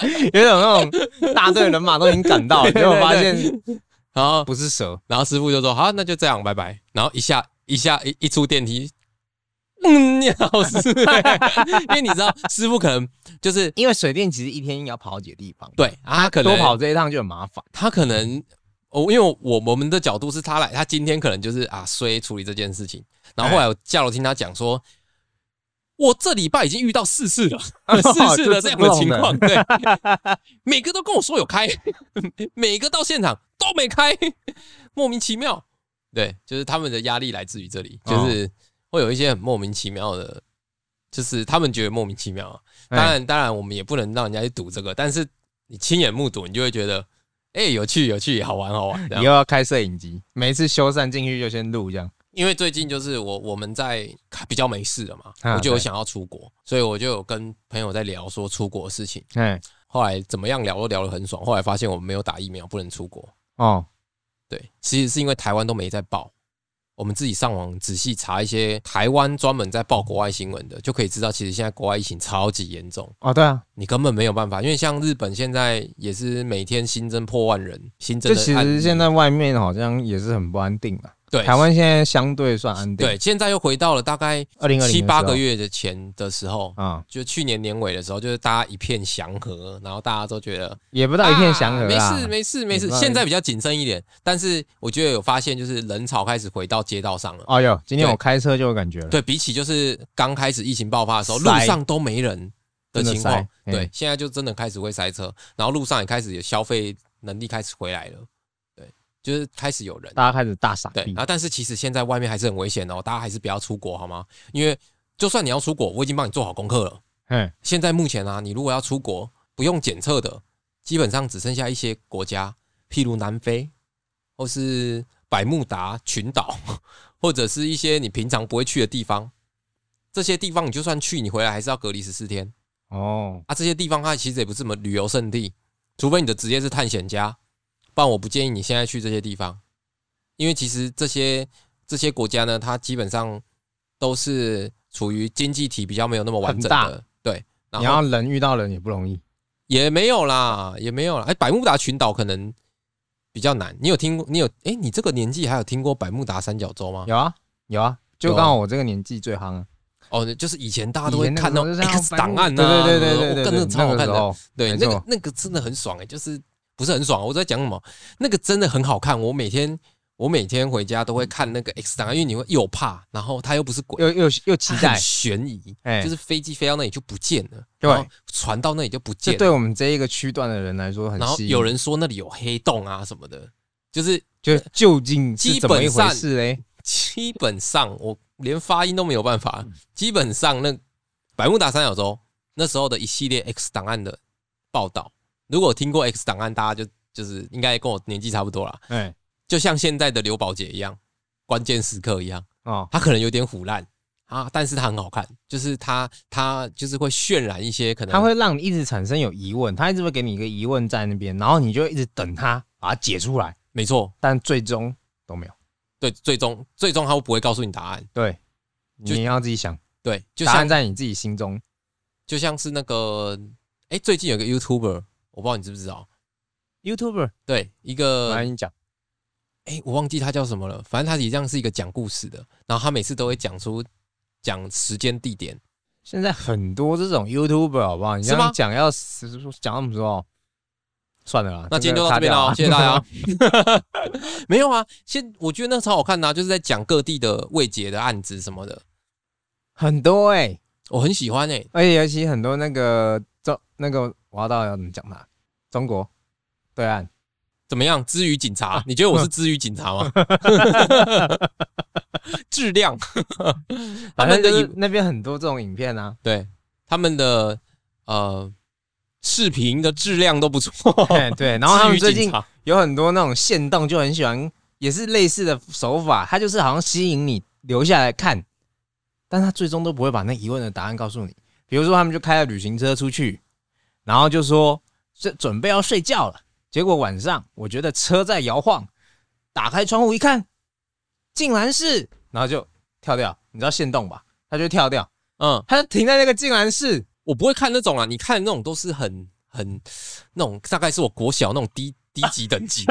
[SPEAKER 1] 有种那种大队人马都已经赶到了，
[SPEAKER 2] 对
[SPEAKER 1] 结果发现
[SPEAKER 2] 然后
[SPEAKER 1] 不是蛇，
[SPEAKER 2] 然后师傅就说：“啊好，那就这样，拜拜。”然后一下一下一一出电梯，嗯，你好师傅， 因为你知道师傅可能就是
[SPEAKER 1] 因为水电其实一天要跑好几个地方，
[SPEAKER 2] 对啊，他可能
[SPEAKER 1] 多跑这一趟就很麻烦。
[SPEAKER 2] 他可能哦，因为我我们的角度是他来，他今天可能就是啊衰处理这件事情。然后后来我下楼听他讲说，我这礼拜已经遇到四次了，四次的这样的情况，对，每个都跟我说有开，每个到现场都没开，莫名其妙。对，就是他们的压力来自于这里，就是会有一些很莫名其妙的，就是他们觉得莫名其妙啊。
[SPEAKER 1] 哎
[SPEAKER 2] 当然，当然我们也不能让人家去赌这个，但是你亲眼目睹，你就会觉得，哎、有趣，有趣，好玩，好玩。这
[SPEAKER 1] 以
[SPEAKER 2] 样
[SPEAKER 1] 后要开摄影机，每一次修缮进去就先录这样。
[SPEAKER 2] 因为最近就是我我们在比较没事了嘛，
[SPEAKER 1] 啊
[SPEAKER 2] 我就有
[SPEAKER 1] 对
[SPEAKER 2] 想要出国，所以我就有跟朋友在聊说出国的事情。
[SPEAKER 1] 哎，
[SPEAKER 2] 后来怎么样聊都聊得很爽，后来发现我们没有打疫苗，不能出国。
[SPEAKER 1] 哦，
[SPEAKER 2] 对，其实是因为台湾都没在报，我们自己上网仔细查一些台湾专门在报国外新闻的，就可以知道，其实现在国外疫情超级严重。
[SPEAKER 1] 哦，对啊，
[SPEAKER 2] 你根本没有办法，因为像日本现在也是每天新增破万人，新增
[SPEAKER 1] 就
[SPEAKER 2] 的
[SPEAKER 1] 其
[SPEAKER 2] 案例
[SPEAKER 1] 实现在外面好像也是很不安定啊。
[SPEAKER 2] 对
[SPEAKER 1] 台湾现在相对算安定，
[SPEAKER 2] 对，现在又回到了大概
[SPEAKER 1] 二零二零
[SPEAKER 2] 七八个月的前的时候，
[SPEAKER 1] 啊，
[SPEAKER 2] 就去年年尾的时候，就是大家一片祥和，然后大家都觉得
[SPEAKER 1] 也不到一片祥和
[SPEAKER 2] 啊
[SPEAKER 1] 啦。
[SPEAKER 2] 没事没事没
[SPEAKER 1] 也
[SPEAKER 2] 事
[SPEAKER 1] 不。到
[SPEAKER 2] 现在比较谨慎一点，但是我觉得有发现，就是人潮开始回到街道上了。
[SPEAKER 1] 哦哟，今天
[SPEAKER 2] 对
[SPEAKER 1] 我开车就有感觉了。
[SPEAKER 2] 对比起就是刚开始疫情爆发的时候，路
[SPEAKER 1] 塞
[SPEAKER 2] 上都没人的情
[SPEAKER 1] 真的，
[SPEAKER 2] 况
[SPEAKER 1] 塞
[SPEAKER 2] 对
[SPEAKER 1] 嗯，
[SPEAKER 2] 现在就真的开始会塞车，然后路上也开始有消费能力开始回来了，对，就是开始有人。
[SPEAKER 1] 大家开始大傻
[SPEAKER 2] 对，
[SPEAKER 1] 逼
[SPEAKER 2] 然，后但是其实现在外面还是很危险哦，大家还是不要出国好吗？因为就算你要出国，我已经帮你做好功课了。
[SPEAKER 1] 嗯，
[SPEAKER 2] 现在目前啊，你如果要出国不用检测的，基本上只剩下一些国家，譬如南非，或是百慕达群岛， 或者是一些你平常不会去的地方。这些地方你就算去，你回来还是要隔离十四天
[SPEAKER 1] 哦，
[SPEAKER 2] 啊。这些地方它其实也不是什么旅游胜地，除非你的职业是探险家，不然我不建议你现在去这些地方，因为其实这些这些国家呢，它基本上都是处于经济体比较没有那么完整
[SPEAKER 1] 很
[SPEAKER 2] 的，对。然
[SPEAKER 1] 你
[SPEAKER 2] 后
[SPEAKER 1] 要人遇到人也不容易，
[SPEAKER 2] 也没有啦，也没有啦。哎、百慕达群岛可能比较难。你有听过？你有哎、你这个年纪还有听过百慕达三角洲吗？
[SPEAKER 1] 有啊有啊，就
[SPEAKER 2] 有啊
[SPEAKER 1] 刚好我这个年纪最夯啊，
[SPEAKER 2] 哦，就是以前大家都会
[SPEAKER 1] 以前那
[SPEAKER 2] 看那
[SPEAKER 1] 个
[SPEAKER 2] 种
[SPEAKER 1] 时候就
[SPEAKER 2] X
[SPEAKER 1] 是
[SPEAKER 2] 档案
[SPEAKER 1] 对
[SPEAKER 2] 啊，
[SPEAKER 1] 对对对对
[SPEAKER 2] 我
[SPEAKER 1] 对
[SPEAKER 2] 跟
[SPEAKER 1] 对，
[SPEAKER 2] 着超好
[SPEAKER 1] 那
[SPEAKER 2] 看
[SPEAKER 1] 个时
[SPEAKER 2] 的。
[SPEAKER 1] 候
[SPEAKER 2] 对，
[SPEAKER 1] 没
[SPEAKER 2] 那个
[SPEAKER 1] 错
[SPEAKER 2] 那个真的很爽哎、就是不是很爽？啊我在讲什么？那个真的很好看。我每天我每天回家都会看那个 X 档案，因为你会又怕，然后它又不是鬼，
[SPEAKER 1] 又又又期
[SPEAKER 2] 它
[SPEAKER 1] 待
[SPEAKER 2] 很，悬疑，
[SPEAKER 1] 哎，
[SPEAKER 2] 就是是飞机飞到那里就不见了，
[SPEAKER 1] 对
[SPEAKER 2] 然后船到那里就不见
[SPEAKER 1] 这
[SPEAKER 2] 了。
[SPEAKER 1] 对我们这一个区段的人来说很
[SPEAKER 2] 然后
[SPEAKER 1] 吸引，
[SPEAKER 2] 有人说那里有黑洞啊什么的，就是
[SPEAKER 1] 就究竟是
[SPEAKER 2] 基
[SPEAKER 1] 怎么
[SPEAKER 2] 本
[SPEAKER 1] 一回
[SPEAKER 2] 上
[SPEAKER 1] 事嘞？
[SPEAKER 2] 基本上我连发音都没有办法。
[SPEAKER 1] 嗯
[SPEAKER 2] 基本上那百慕达三角洲那时候的一系列 X 档案的报道，如果听过 X 档案，大家就就是应该跟我年纪差不多啦，
[SPEAKER 1] 哎
[SPEAKER 2] 就像现在的刘宝杰一样，关键时刻一样，
[SPEAKER 1] 哦，
[SPEAKER 2] 他可能有点腐烂啊，但是他很好看，就是他他就是会渲染一些可能
[SPEAKER 1] 他会让你一直产生有疑问，他一直会给你一个疑问在那边，然后你就一直等他把它解出来，
[SPEAKER 2] 没错，
[SPEAKER 1] 但最终都没有。
[SPEAKER 2] 对，最终最终他会不会告诉你答案？
[SPEAKER 1] 对，
[SPEAKER 2] 就
[SPEAKER 1] 你要自己想，
[SPEAKER 2] 对，就
[SPEAKER 1] 答
[SPEAKER 2] 像
[SPEAKER 1] 案在你自己心中。
[SPEAKER 2] 就像是那个，哎、最近有个 YouTuber，我不知道你知不知道，
[SPEAKER 1] YouTuber，
[SPEAKER 2] 对，一
[SPEAKER 1] 我
[SPEAKER 2] 个，
[SPEAKER 1] 跟
[SPEAKER 2] 哎、
[SPEAKER 1] 你讲，
[SPEAKER 2] 我忘记他叫什么了，反正他一样是一个讲故事的，然后他每次都会讲出讲时间地点，
[SPEAKER 1] 现在很多这种 YouTuber 好不好？你这
[SPEAKER 2] 是
[SPEAKER 1] 样
[SPEAKER 2] 吗
[SPEAKER 1] 讲要死讲那么多哦，算了啦，
[SPEAKER 2] 那今天
[SPEAKER 1] 这
[SPEAKER 2] 就
[SPEAKER 1] 个
[SPEAKER 2] 到这边
[SPEAKER 1] 擦掉
[SPEAKER 2] 了，
[SPEAKER 1] 啊
[SPEAKER 2] 谢谢大家。 没有啊，现我觉得那超好看的、啊，就是在讲各地的未解的案子什么的，
[SPEAKER 1] 很多哎、
[SPEAKER 2] 我很喜欢诶、欸
[SPEAKER 1] 而且尤其很多那个中那个，我要到底要怎么讲它？中国对岸，
[SPEAKER 2] 怎么样？之于警察，你觉得我是之于警察吗？ 质量，他
[SPEAKER 1] 反正就
[SPEAKER 2] 们的
[SPEAKER 1] 是
[SPEAKER 2] 影
[SPEAKER 1] 那边很多这种影片啊，
[SPEAKER 2] 对他们的呃视频的质量都不错。
[SPEAKER 1] 哎 对，然后他们最
[SPEAKER 2] 哦至于
[SPEAKER 1] 近
[SPEAKER 2] 警察
[SPEAKER 1] 有很多那种线动，就很喜欢，也是类似的手法，它就是好像吸引你留下来看，但他最终都不会把那疑问的答案告诉你。比如说，他们就开了旅行车出去，然后就说这准备要睡觉了，结果晚上我觉得车在摇晃，打开窗户一看，竟然是，然后就跳掉，你知道线动吧？他就跳掉，
[SPEAKER 2] 嗯，
[SPEAKER 1] 他就停在那个竟然是，
[SPEAKER 2] 我不会看那种啊，你看那种都是很很那种，大概是我国小那种低低级等级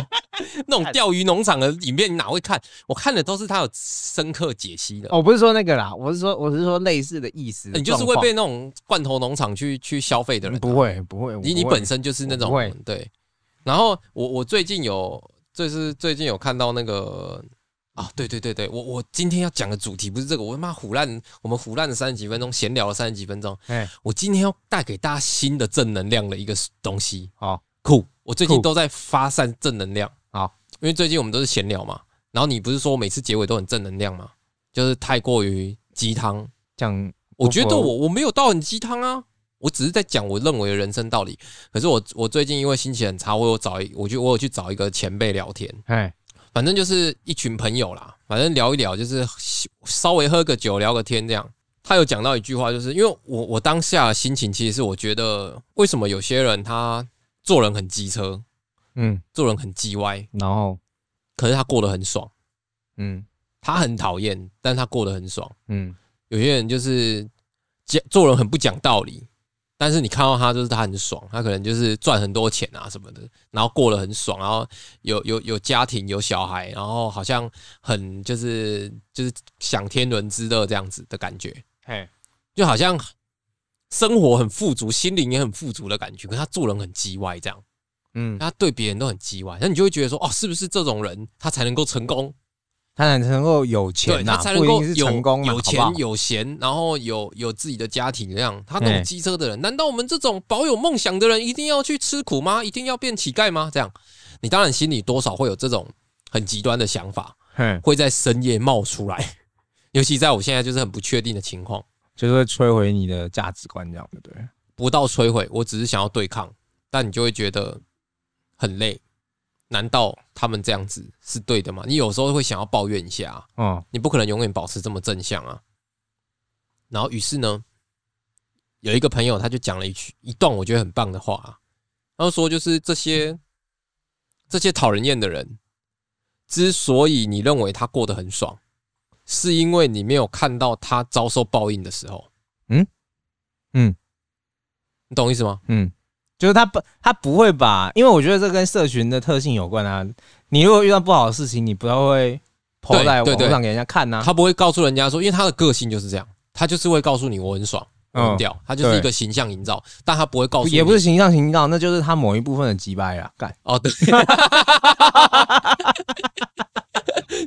[SPEAKER 2] 那种钓鱼农场的影片，你哪会看？我看的都是他有深刻解析的。
[SPEAKER 1] 哦我不是说那个啦，我是说我是说类似的意思的
[SPEAKER 2] 你
[SPEAKER 1] 状况，
[SPEAKER 2] 就是会被那种罐头农场去去消费的人啊、
[SPEAKER 1] 不会不会，我
[SPEAKER 2] 你
[SPEAKER 1] 不
[SPEAKER 2] 你
[SPEAKER 1] 会
[SPEAKER 2] 本身就是那种
[SPEAKER 1] 我不会
[SPEAKER 2] 对。然后我我最近有，就是最近有看到那个啊，对对对对，我我今天要讲的主题不是这个，我他妈胡乱，我们胡乱了三十几分钟，闲聊了三十几分钟
[SPEAKER 1] 哎，
[SPEAKER 2] 我今天要带给大家新的正能量的一个东西，
[SPEAKER 1] 好
[SPEAKER 2] 酷！我最近
[SPEAKER 1] 酷
[SPEAKER 2] 都在发散正能量，
[SPEAKER 1] 好，
[SPEAKER 2] 因为最近我们都是闲聊嘛，然后你不是说我每次结尾都很正能量吗？就是太过于鸡
[SPEAKER 1] 哦
[SPEAKER 2] 汤，
[SPEAKER 1] 讲
[SPEAKER 2] 我觉得
[SPEAKER 1] 我
[SPEAKER 2] 我我没有到很鸡汤啊，我只是在讲我认为的人生道理。可是我我最近因为心情很差，我有找一，我就我有去找一个前辈聊天，
[SPEAKER 1] 哎，
[SPEAKER 2] 反正就是一群朋友啦，反正聊一聊，就是稍微喝个酒聊个天这样。他有讲到一句话，就是因为我我当下的心情其实是我觉得为什么有些人他做人很机车，
[SPEAKER 1] 嗯，
[SPEAKER 2] 做人很叽歪，
[SPEAKER 1] 然后
[SPEAKER 2] 可是他过得很爽，
[SPEAKER 1] 嗯
[SPEAKER 2] 他很讨厌，但他过得很爽。
[SPEAKER 1] 嗯，
[SPEAKER 2] 有些人就是讲做人很不讲道理，但是你看到他就是他很爽，他可能就是赚很多钱啊什么的，然后过得很爽，然后有有有家庭有小孩，然后好像很就是就是享天伦之乐这样子的感觉，
[SPEAKER 1] 嘿，
[SPEAKER 2] 就好像生活很富足，心灵也很富足的感觉。可是他做人很叽歪，这样
[SPEAKER 1] 嗯
[SPEAKER 2] 他对别人都很叽歪，那你就会觉得说哦，是不是这种人他才能够成功？
[SPEAKER 1] 他才能够有
[SPEAKER 2] 对
[SPEAKER 1] 钱呐、
[SPEAKER 2] 他才
[SPEAKER 1] 不一
[SPEAKER 2] 能够
[SPEAKER 1] 定是
[SPEAKER 2] 有
[SPEAKER 1] 成功嘛，
[SPEAKER 2] 有
[SPEAKER 1] 好
[SPEAKER 2] 钱
[SPEAKER 1] 不好
[SPEAKER 2] 有闲，然后有有自己的家庭这样。他懂
[SPEAKER 1] 嗯
[SPEAKER 2] 机车的人，难道我们这种保有梦想的人一定要去吃苦吗？一定要变乞丐吗？这样，你当然心里多少会有这种很极端的想法，
[SPEAKER 1] 哼，
[SPEAKER 2] 会在深夜冒出来。 尤其在我现在就是很不确定的情况，
[SPEAKER 1] 就是会摧毁你的价值观，这样对不对？
[SPEAKER 2] 不到摧毁，我只是想要对抗，但你就会觉得很累。难道他们这样子是对的吗？你有时候会想要抱怨一下啊、
[SPEAKER 1] 嗯，
[SPEAKER 2] 你不可能永远保持这么正向啊。然后于是呢，有一个朋友他就讲了一句一段我觉得很棒的话、啊，然后说就是这些这些讨人厌的人，之所以你认为他过得很爽，是因为你没有看到他遭受报应的时候。
[SPEAKER 1] 嗯嗯，
[SPEAKER 2] 你懂我意思吗？
[SPEAKER 1] 嗯，就是他不，他不会把，因为我觉得这跟社群的特性有关啊。你如果遇到不好的事情，你不要会抛
[SPEAKER 2] 对
[SPEAKER 1] 在
[SPEAKER 2] 对
[SPEAKER 1] 网
[SPEAKER 2] 对
[SPEAKER 1] 络上给人家看呐、
[SPEAKER 2] 他不会告诉人家说，因为他的个性就是这样，他就是会告诉你我很爽，我很
[SPEAKER 1] 嗯
[SPEAKER 2] 屌，他就是一
[SPEAKER 1] 对
[SPEAKER 2] 个形象营造，但他不会告诉你
[SPEAKER 1] 也不是形象形象，那就是他某一部分的击败啦。干，
[SPEAKER 2] 哦，对，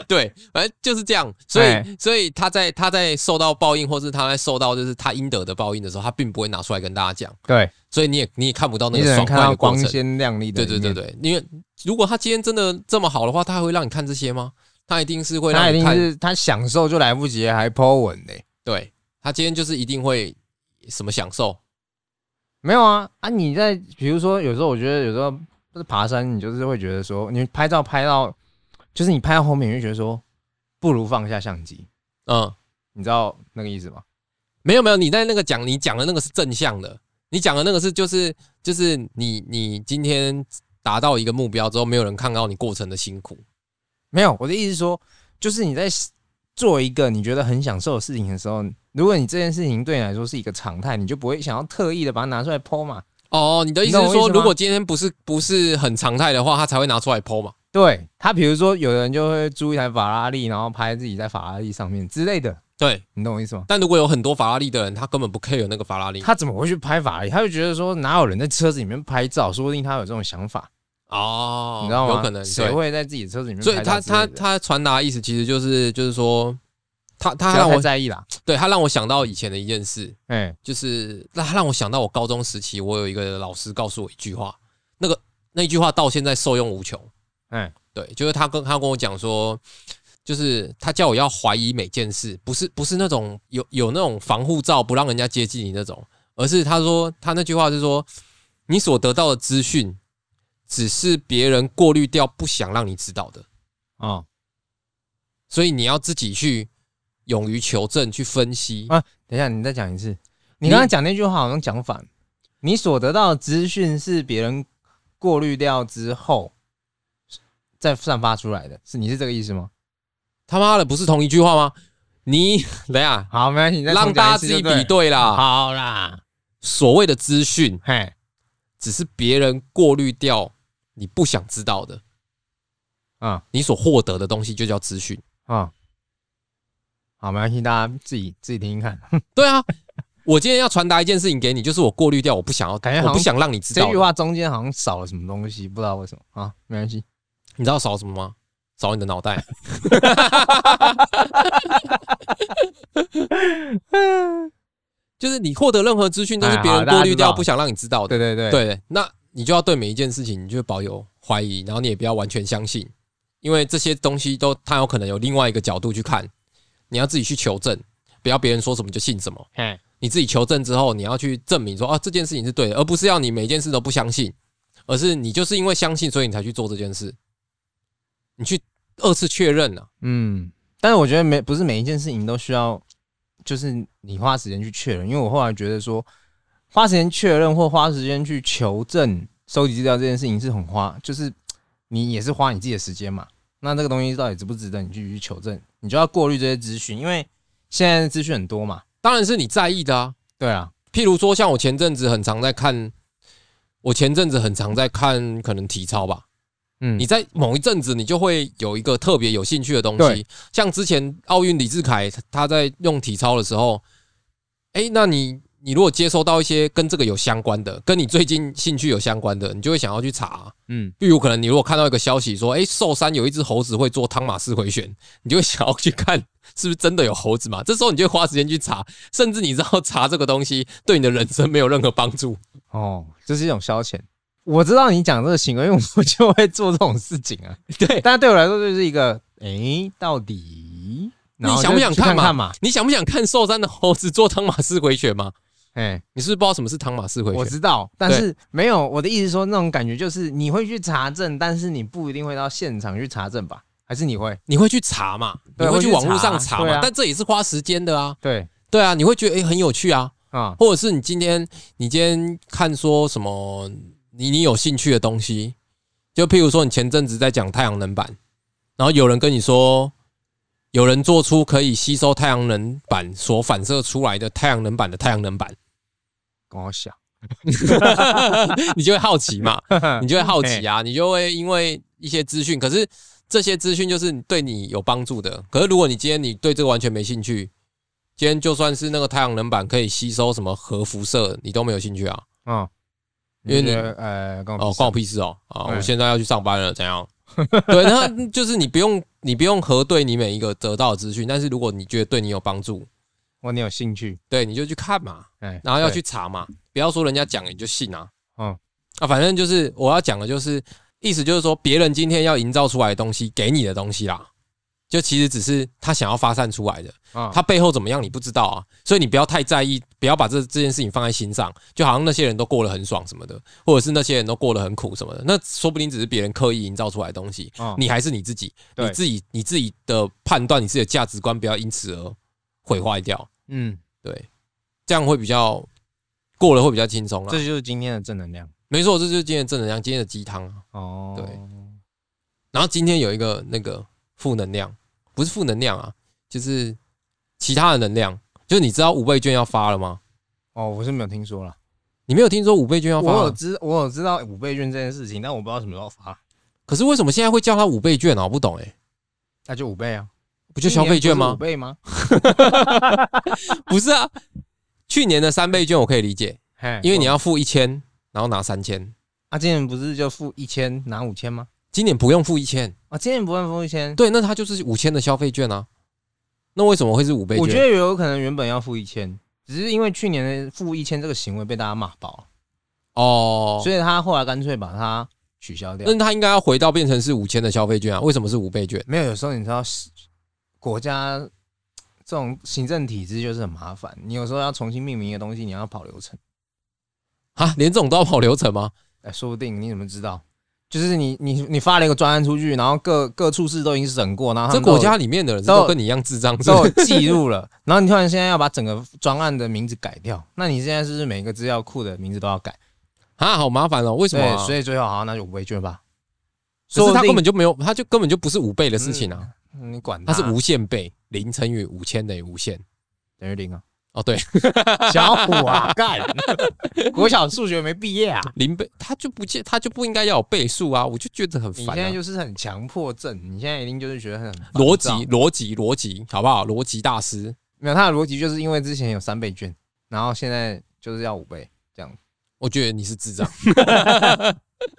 [SPEAKER 2] 对，反正就是这样。所以，
[SPEAKER 1] 哎
[SPEAKER 2] 所以他在他在受到报应，或是他在受到就是他应得的报应的时候，他并不会拿出来跟大家讲，
[SPEAKER 1] 对
[SPEAKER 2] 所以你也你也看不到那
[SPEAKER 1] 你只
[SPEAKER 2] 个
[SPEAKER 1] 能
[SPEAKER 2] 爽
[SPEAKER 1] 看
[SPEAKER 2] 快
[SPEAKER 1] 到
[SPEAKER 2] 的过
[SPEAKER 1] 光
[SPEAKER 2] 程。
[SPEAKER 1] 鲜亮丽的
[SPEAKER 2] 对
[SPEAKER 1] 一
[SPEAKER 2] 对
[SPEAKER 1] 面，
[SPEAKER 2] 对对，因为如果他今天真的这么好的话，他还会让你看这些吗？他一定是会
[SPEAKER 1] 他
[SPEAKER 2] 让
[SPEAKER 1] 一
[SPEAKER 2] 你
[SPEAKER 1] 定
[SPEAKER 2] 看，
[SPEAKER 1] 是他享受就来不及，还 Po 文嘞、
[SPEAKER 2] 对他今天就是一定会什么享受，
[SPEAKER 1] 没有啊啊！你在比如说，有时候我觉得有时候就是爬山，你就是会觉得说，你拍照拍到，就是你拍到后面，你就觉得说，不如放下相机，
[SPEAKER 2] 嗯，
[SPEAKER 1] 你知道那个意思吗？
[SPEAKER 2] 没有没有，你在那个讲，你讲的那个是正向的，你讲的那个是就是就是你你今天达到一个目标之后，没有人看到你过程的辛苦。
[SPEAKER 1] 没有，我的意思是说，就是你在做一个你觉得很享受的事情的时候，如果你这件事情对你来说是一个常态，你就不会想要特意的把它拿出来剖嘛。
[SPEAKER 2] 哦，你的意思
[SPEAKER 1] 你懂
[SPEAKER 2] 是
[SPEAKER 1] 我意
[SPEAKER 2] 说，
[SPEAKER 1] 思吗
[SPEAKER 2] 如果今天不是不是很常态的话，他才会拿出来剖嘛？
[SPEAKER 1] 对他，比如说有的人就会租一台法拉利，然后拍自己在法拉利上面之类的，
[SPEAKER 2] 对，
[SPEAKER 1] 你懂我意思吗？
[SPEAKER 2] 但如果有很多法拉利的人，他根本不 care 那个法拉利。
[SPEAKER 1] 他怎么会去拍法拉利？他就觉得说，哪有人在车子里面拍照？说不定他有这种想法，
[SPEAKER 2] 哦，
[SPEAKER 1] 你知道吗？
[SPEAKER 2] 有可能，
[SPEAKER 1] 谁
[SPEAKER 2] 对。
[SPEAKER 1] 会在自己的车子里面
[SPEAKER 2] 所以
[SPEAKER 1] 拍
[SPEAKER 2] 他
[SPEAKER 1] 照之类
[SPEAKER 2] 他
[SPEAKER 1] 的？
[SPEAKER 2] 他传达的意思其实就是就是说，他他
[SPEAKER 1] 不
[SPEAKER 2] 让
[SPEAKER 1] 要太
[SPEAKER 2] 我
[SPEAKER 1] 在意啦。
[SPEAKER 2] 对他让我想到以前的一件事，
[SPEAKER 1] 哎，
[SPEAKER 2] 就是那他让我想到我高中时期，我有一个老师告诉我一句话，那个那一句话到现在受用无穷。
[SPEAKER 1] 嗯，
[SPEAKER 2] 对，就是他跟他跟我讲说，就是他叫我要怀疑每件事，不是不是那种有有那种防护罩不让人家接近你那种，而是他说他那句话是说，你所得到的资讯只是别人过滤掉不想让你知道的，
[SPEAKER 1] 哦
[SPEAKER 2] 所以你要自己去勇于求证，去分析。
[SPEAKER 1] 啊，等一下，你再讲一次。你
[SPEAKER 2] 你
[SPEAKER 1] 刚刚讲那句话好像讲反，你所得到的资讯是别人过滤掉之后再散发出来的，是你是这个意思吗？
[SPEAKER 2] 他妈的，不是同一句话吗？你 等一下。
[SPEAKER 1] 好，没关系，你再
[SPEAKER 2] 让
[SPEAKER 1] 重讲
[SPEAKER 2] 大
[SPEAKER 1] 一
[SPEAKER 2] 家
[SPEAKER 1] 次
[SPEAKER 2] 自己
[SPEAKER 1] 就对
[SPEAKER 2] 比对啦。
[SPEAKER 1] 好啦，
[SPEAKER 2] 所谓的资讯，
[SPEAKER 1] 嘿，
[SPEAKER 2] 只是别人过滤掉你不想知道的，
[SPEAKER 1] 嗯
[SPEAKER 2] 你所获得的东西就叫资讯。
[SPEAKER 1] 嗯，好，没关系，大家自己自己听听看。
[SPEAKER 2] 对啊， 我今天要传达一件事情给你，就是我过滤掉我不想要
[SPEAKER 1] 感觉，好像
[SPEAKER 2] 我不想让你知
[SPEAKER 1] 这
[SPEAKER 2] 道
[SPEAKER 1] 句
[SPEAKER 2] 的。
[SPEAKER 1] 话中间好像少了什么东西，不知道为什么啊，没关系。
[SPEAKER 2] 你知道少什么吗？少你的脑 袋。就是你获得任何资讯都是
[SPEAKER 1] 哎
[SPEAKER 2] 别人过滤掉不想让你知道的
[SPEAKER 1] 对。对对，
[SPEAKER 2] 对，那你就要对每一件事情，你就保有怀疑，然后你也不要完全相信，因为这些东西都它有可能有另外一个角度去看，你要自己去求证，不要别人说什么就信什么。
[SPEAKER 1] 嘿，
[SPEAKER 2] 你自己求证之后，你要去证明说啊这件事情是对的，而不是要你每件事都不相信，而是你呃就是因为相信，所以你才去做这件事。你去二次确认了、啊，
[SPEAKER 1] 嗯，但是我觉得每不是每一件事情都需要，就是你花时间去确认，因为我后来觉得说，花时间确认或花时间去求证、收集资料这件事情是很花，就是你也是花你自己的时间嘛。那这个东西到底值不值得你去去求证，你就要过滤这些资讯，因为现在的资讯很多嘛。
[SPEAKER 2] 当然是你在意的啊。
[SPEAKER 1] 对啊，
[SPEAKER 2] 譬如说，像我前阵子很常在看，我前阵子很常在看，可能体操吧，
[SPEAKER 1] 嗯，
[SPEAKER 2] 你在某一阵子，你就会有一个特别有兴趣的东西
[SPEAKER 1] 对。
[SPEAKER 2] 像之前奥运李志凯他在用体操的时候，哎，那你你如果接收到一些跟这个有相关的，跟你最近兴趣有相关的，你就会想要去查、
[SPEAKER 1] 嗯，
[SPEAKER 2] 例如，可能你如果看到一个消息说，哎，寿山有一只猴子会做汤马斯回旋，你就会想要去看是不是真的有猴子嘛？这时候你就会花时间去查，甚至你知道查这个东西对你的人生没有任何帮助。
[SPEAKER 1] 哦，这是一种消遣。我知道你讲这个行为，因为我就会做这种事情啊。
[SPEAKER 2] 对，
[SPEAKER 1] 但对我来说，就是一个，诶，到底
[SPEAKER 2] 你想不想
[SPEAKER 1] 看
[SPEAKER 2] 看嘛
[SPEAKER 1] 看嘛？
[SPEAKER 2] 你想不想看寿山的猴子做汤马斯回旋嘛？
[SPEAKER 1] 哎，
[SPEAKER 2] 你是不是不知道什么是汤马斯回
[SPEAKER 1] 我
[SPEAKER 2] 旋？
[SPEAKER 1] 知道，但是没有我的意思说，那种感觉就是你会去查证，但是你不一定会到现场去查证吧？还是你会？
[SPEAKER 2] 你会去查嘛？你
[SPEAKER 1] 对
[SPEAKER 2] 会去
[SPEAKER 1] 会去
[SPEAKER 2] 网络上
[SPEAKER 1] 查
[SPEAKER 2] 查嘛？
[SPEAKER 1] 对啊
[SPEAKER 2] 但这也是花时间的啊。
[SPEAKER 1] 对
[SPEAKER 2] 对啊，你会觉得哎、诶很有趣啊，
[SPEAKER 1] 啊，
[SPEAKER 2] 或者是你今天你今天看说什么你你有兴趣的东西，就譬如说你前阵子在讲太阳能板，然后有人跟你说，有人做出可以吸收太阳能板所反射出来的太阳能板的太阳能板，
[SPEAKER 1] 跟我想，
[SPEAKER 2] 你就会好奇嘛，你就会好奇啊，你就会因为一些资讯，可是这些资讯就是对你有帮助的。可是如果你今天你对这个完全没兴趣，今天就算是那个太阳能板可以吸收什么核辐射，你都没有兴趣啊。
[SPEAKER 1] 嗯，
[SPEAKER 2] 因为你
[SPEAKER 1] 就觉得呃，跟我
[SPEAKER 2] 哦，
[SPEAKER 1] 比
[SPEAKER 2] 关我屁事哦！啊，
[SPEAKER 1] 对
[SPEAKER 2] 我现在要去上班了，怎样？对，那就是你不用，你不用核对你每一个得到的资讯，但是如果你觉得对你有帮助，
[SPEAKER 1] 我你有兴趣，
[SPEAKER 2] 对，你就去看嘛，
[SPEAKER 1] 哎，
[SPEAKER 2] 然后要
[SPEAKER 1] 对
[SPEAKER 2] 去查嘛，不要说人家讲你就信啊。
[SPEAKER 1] 嗯
[SPEAKER 2] 啊，反正就是我要讲的就是，意思就是说，别人今天要营造出来的东西，给你的东西啦，就其实只是他想要发散出来的，
[SPEAKER 1] 啊，
[SPEAKER 2] 他背后怎么样你不知道啊，所以你不要太在意，不要把这这件事情放在心上，就好像那些人都过得很爽什么的，或者是那些人都过得很苦什么的，那说不定只是别人刻意营造出来的东西，
[SPEAKER 1] 嗯
[SPEAKER 2] 你还是你自己，
[SPEAKER 1] 对
[SPEAKER 2] 你自己你自己的判断，你自己的价值观不要因此而毁坏掉，
[SPEAKER 1] 嗯，
[SPEAKER 2] 对，这样会比较过了会比较轻松啊。
[SPEAKER 1] 这就是今天的正能量
[SPEAKER 2] 没错，这就是今天的正能量，今天的鸡汤啊。
[SPEAKER 1] 哦。
[SPEAKER 2] 对然后今天有一个那个负能量，不是负能量啊，就是其他的能量。就是你知道五倍券要发了吗？
[SPEAKER 1] 哦，我是没有听说了，
[SPEAKER 2] 你没有听说五倍券要发
[SPEAKER 1] 我有
[SPEAKER 2] 了？
[SPEAKER 1] 知我有知道五倍券这件事情，但我不知道什么时候发，
[SPEAKER 2] 可是为什么现在会叫它五倍券啊？我不懂哎、
[SPEAKER 1] 那就五倍啊，
[SPEAKER 2] 不就消费券
[SPEAKER 1] 五
[SPEAKER 2] 吗？
[SPEAKER 1] 倍吗？
[SPEAKER 2] 不是啊，去年的三倍券我可以理解，
[SPEAKER 1] 嘿，
[SPEAKER 2] 因为你要付一千，然后拿三千。
[SPEAKER 1] 啊，今年不是就付一千拿五千吗？
[SPEAKER 2] 今年不用付一千，
[SPEAKER 1] 啊，今年不会付一千，
[SPEAKER 2] 对，那它就是五千的消费券啊。那为什么会是五倍券？
[SPEAKER 1] 我觉得有可能原本要付一千，只是因为去年的付一千这个行为被大家骂爆了，
[SPEAKER 2] 哦，
[SPEAKER 1] 所以他后来干脆把它取消掉。
[SPEAKER 2] 那它应该要回到变成是五千的消费券啊？为什么是五倍券？
[SPEAKER 1] 没有，有时候你知道，国家这种行政体制就是很麻烦，你有时候要重新命名一个东西，你要跑流程。
[SPEAKER 2] 啊，连这种都要跑流程吗？
[SPEAKER 1] 哎，说不定你怎么知道？就是你你你发了一个专案出去，然后各各处室都已经审过，然后他
[SPEAKER 2] 这
[SPEAKER 1] 们都
[SPEAKER 2] 国
[SPEAKER 1] 有
[SPEAKER 2] 家里面的人是
[SPEAKER 1] 啊都有
[SPEAKER 2] 都跟你一样智障，是
[SPEAKER 1] 都
[SPEAKER 2] 不
[SPEAKER 1] 有
[SPEAKER 2] 是？
[SPEAKER 1] 记录了，然后你突然现在要把整个专案的名字改掉，那你现在是不是每个资料库的名字都要改？
[SPEAKER 2] 啊，好麻烦哦，为什么
[SPEAKER 1] 对，
[SPEAKER 2] 啊？
[SPEAKER 1] 所以最后好，那就五倍券吧。
[SPEAKER 2] 可是他
[SPEAKER 1] 说
[SPEAKER 2] 根
[SPEAKER 1] 不
[SPEAKER 2] 本
[SPEAKER 1] 定
[SPEAKER 2] 就没有，他就根本就不是五倍的事情啊，
[SPEAKER 1] 嗯你管
[SPEAKER 2] 它
[SPEAKER 1] 他
[SPEAKER 2] 是无限倍，零乘以五千等于无限。
[SPEAKER 1] 等于零啊，
[SPEAKER 2] 哦，对，
[SPEAKER 1] 小虎啊， 干，国小数学没毕业 啊，
[SPEAKER 2] 零倍，他就不见，他就不应该要有倍数啊，我就觉得很
[SPEAKER 1] 你
[SPEAKER 2] 烦
[SPEAKER 1] 现在
[SPEAKER 2] 啊。
[SPEAKER 1] 就是很强迫症，你现在一定就是觉得很烦
[SPEAKER 2] 逻辑
[SPEAKER 1] 躁，
[SPEAKER 2] 逻辑，逻辑，好不好？逻辑大师
[SPEAKER 1] 没有他的逻辑，就是因为之前有三倍券，然后现在就是要五倍这样。
[SPEAKER 2] 我觉得你 是智障。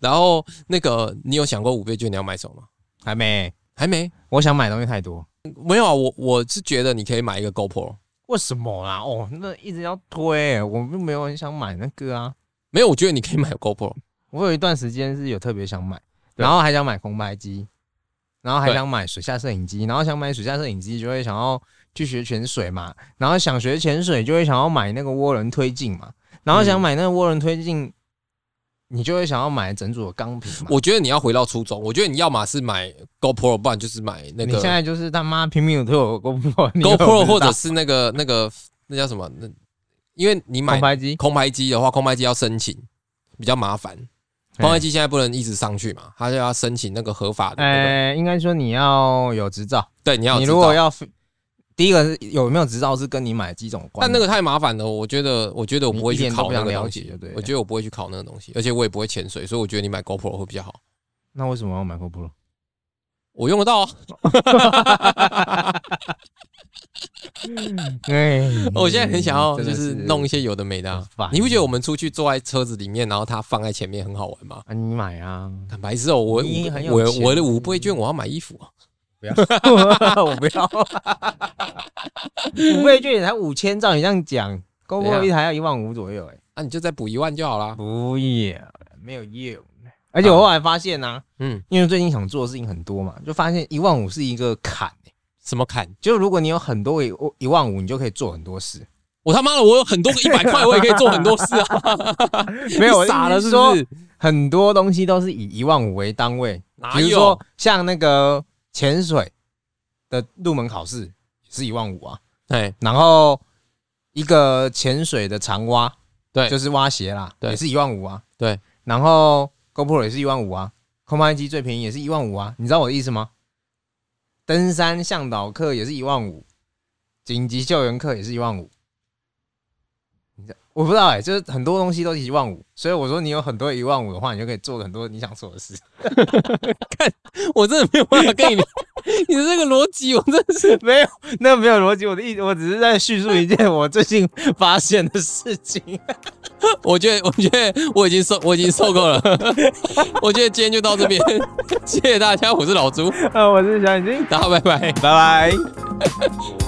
[SPEAKER 2] 然后那个，你有想过五倍券你要买什么吗？
[SPEAKER 1] 还没，
[SPEAKER 2] 还没，
[SPEAKER 1] 我想买东西太多。
[SPEAKER 2] 没有啊。我我是觉得你可以买一个 GoPro，
[SPEAKER 1] 为什么啦？哦，那一直要推，我并没有很想买那个啊。
[SPEAKER 2] 没有，我觉得你可以买 GoPro。
[SPEAKER 1] 我有一段时间是有特别想买，
[SPEAKER 2] 对
[SPEAKER 1] 然后还想买空拍机，然后还
[SPEAKER 2] 对
[SPEAKER 1] 想买水下摄影机，然后想买水下摄影机就会想要去学潜水嘛，然后想学潜水就会想要买那个涡轮推进嘛，然后想买那个涡轮推进，你就会想要买整组的钢瓶嘛。
[SPEAKER 2] 我觉得你要回到初衷，我觉得你要么是买 GoPro，不然就是买那
[SPEAKER 1] 你
[SPEAKER 2] 个
[SPEAKER 1] 现在就是他妈拼命的推我 GoPro，你以为我不知道
[SPEAKER 2] GoPro，或者是那个那个那叫什么？那因为你买
[SPEAKER 1] 空拍机，
[SPEAKER 2] 空拍机的话，空拍机要申请，比较麻烦。空拍机现在不能一直上去嘛，它就要申请那个合法的那个。
[SPEAKER 1] 哎，呃，应该说你要有执照，
[SPEAKER 2] 对，你要有
[SPEAKER 1] 你
[SPEAKER 2] 执
[SPEAKER 1] 如果
[SPEAKER 2] 照，
[SPEAKER 1] 要第一个是有没有执照是跟你买机种有关
[SPEAKER 2] 但
[SPEAKER 1] 的，
[SPEAKER 2] 那个太麻烦了，我觉得我觉得我不会
[SPEAKER 1] 你
[SPEAKER 2] 去
[SPEAKER 1] 一点都
[SPEAKER 2] 考
[SPEAKER 1] 不
[SPEAKER 2] 那
[SPEAKER 1] 想
[SPEAKER 2] 个
[SPEAKER 1] 了
[SPEAKER 2] 东
[SPEAKER 1] 解
[SPEAKER 2] 西
[SPEAKER 1] 就对，了
[SPEAKER 2] 我觉得我不会去考那个东西，而且我也不会潜水，所以我觉得你买 GoPro 会比较好。
[SPEAKER 1] 那为什么要买 GoPro？
[SPEAKER 2] 我用得到啊。
[SPEAKER 1] 哎，
[SPEAKER 2] 哦我现在很想要
[SPEAKER 1] 嗯真
[SPEAKER 2] 就
[SPEAKER 1] 的
[SPEAKER 2] 是
[SPEAKER 1] 是
[SPEAKER 2] 弄一些有的没的
[SPEAKER 1] 很
[SPEAKER 2] 啊
[SPEAKER 1] 烦。
[SPEAKER 2] 你不觉得我们出去坐在车子里面，然后它放在前面很好玩吗？
[SPEAKER 1] 啊，你买 啊，
[SPEAKER 2] 坦白说，我
[SPEAKER 1] 你很有
[SPEAKER 2] 我
[SPEAKER 1] 钱
[SPEAKER 2] 我的五倍券我要买衣服啊，
[SPEAKER 1] 我不要，五倍券也才五千，照你这样讲，GoPro
[SPEAKER 2] 啊
[SPEAKER 1] 一台要一万五左右，哎，
[SPEAKER 2] 啊你就再补一万就好啦。
[SPEAKER 1] 不要，没有用。而且我后来发现呢、啊，
[SPEAKER 2] 嗯，
[SPEAKER 1] 因为最近想做的事情很多嘛，就发现一万五是一个坎、欸，
[SPEAKER 2] 什么砍？
[SPEAKER 1] 就如果你有很多一一万五，你就可以做很多 事。
[SPEAKER 2] 我他妈的，我有很多个一百块，我也可以做很多事啊。
[SPEAKER 1] 没有，我
[SPEAKER 2] 你傻
[SPEAKER 1] 的
[SPEAKER 2] 了
[SPEAKER 1] 意思
[SPEAKER 2] 是
[SPEAKER 1] 说
[SPEAKER 2] 不是？
[SPEAKER 1] 很多东西都是以一万五为单位，
[SPEAKER 2] 哪
[SPEAKER 1] 比如
[SPEAKER 2] 有
[SPEAKER 1] 说？像那个潜水的入门考试也是一万五啊，
[SPEAKER 2] 哎，
[SPEAKER 1] 然后一个潜水的长蛙，
[SPEAKER 2] 对
[SPEAKER 1] 就是蛙鞋啦，
[SPEAKER 2] 对
[SPEAKER 1] 也是一万五啊，
[SPEAKER 2] 对，
[SPEAKER 1] 然后 GoPro 也是一万五啊，空拍机最便宜也是一万五啊，你知道我的意思吗？登山向导课也是一万五，紧急救援课也是一万五。你这我不知道哎、就是很多东西都是一万五，所以我说你有很多一万五的话，你就可以做很多你想做的事。
[SPEAKER 2] 我真的没有办法跟你聊，你的这个逻辑我真的是
[SPEAKER 1] 没有，那没有逻辑。我的意，我只是在叙述一件我最近发现的事 情。
[SPEAKER 2] 我觉得，我觉得我已经受，我已经受够了。 我觉得今天就到这边，谢谢大家，我是老朱，
[SPEAKER 1] 啊，我是小眼睛，
[SPEAKER 2] 大家拜拜。
[SPEAKER 1] 拜拜。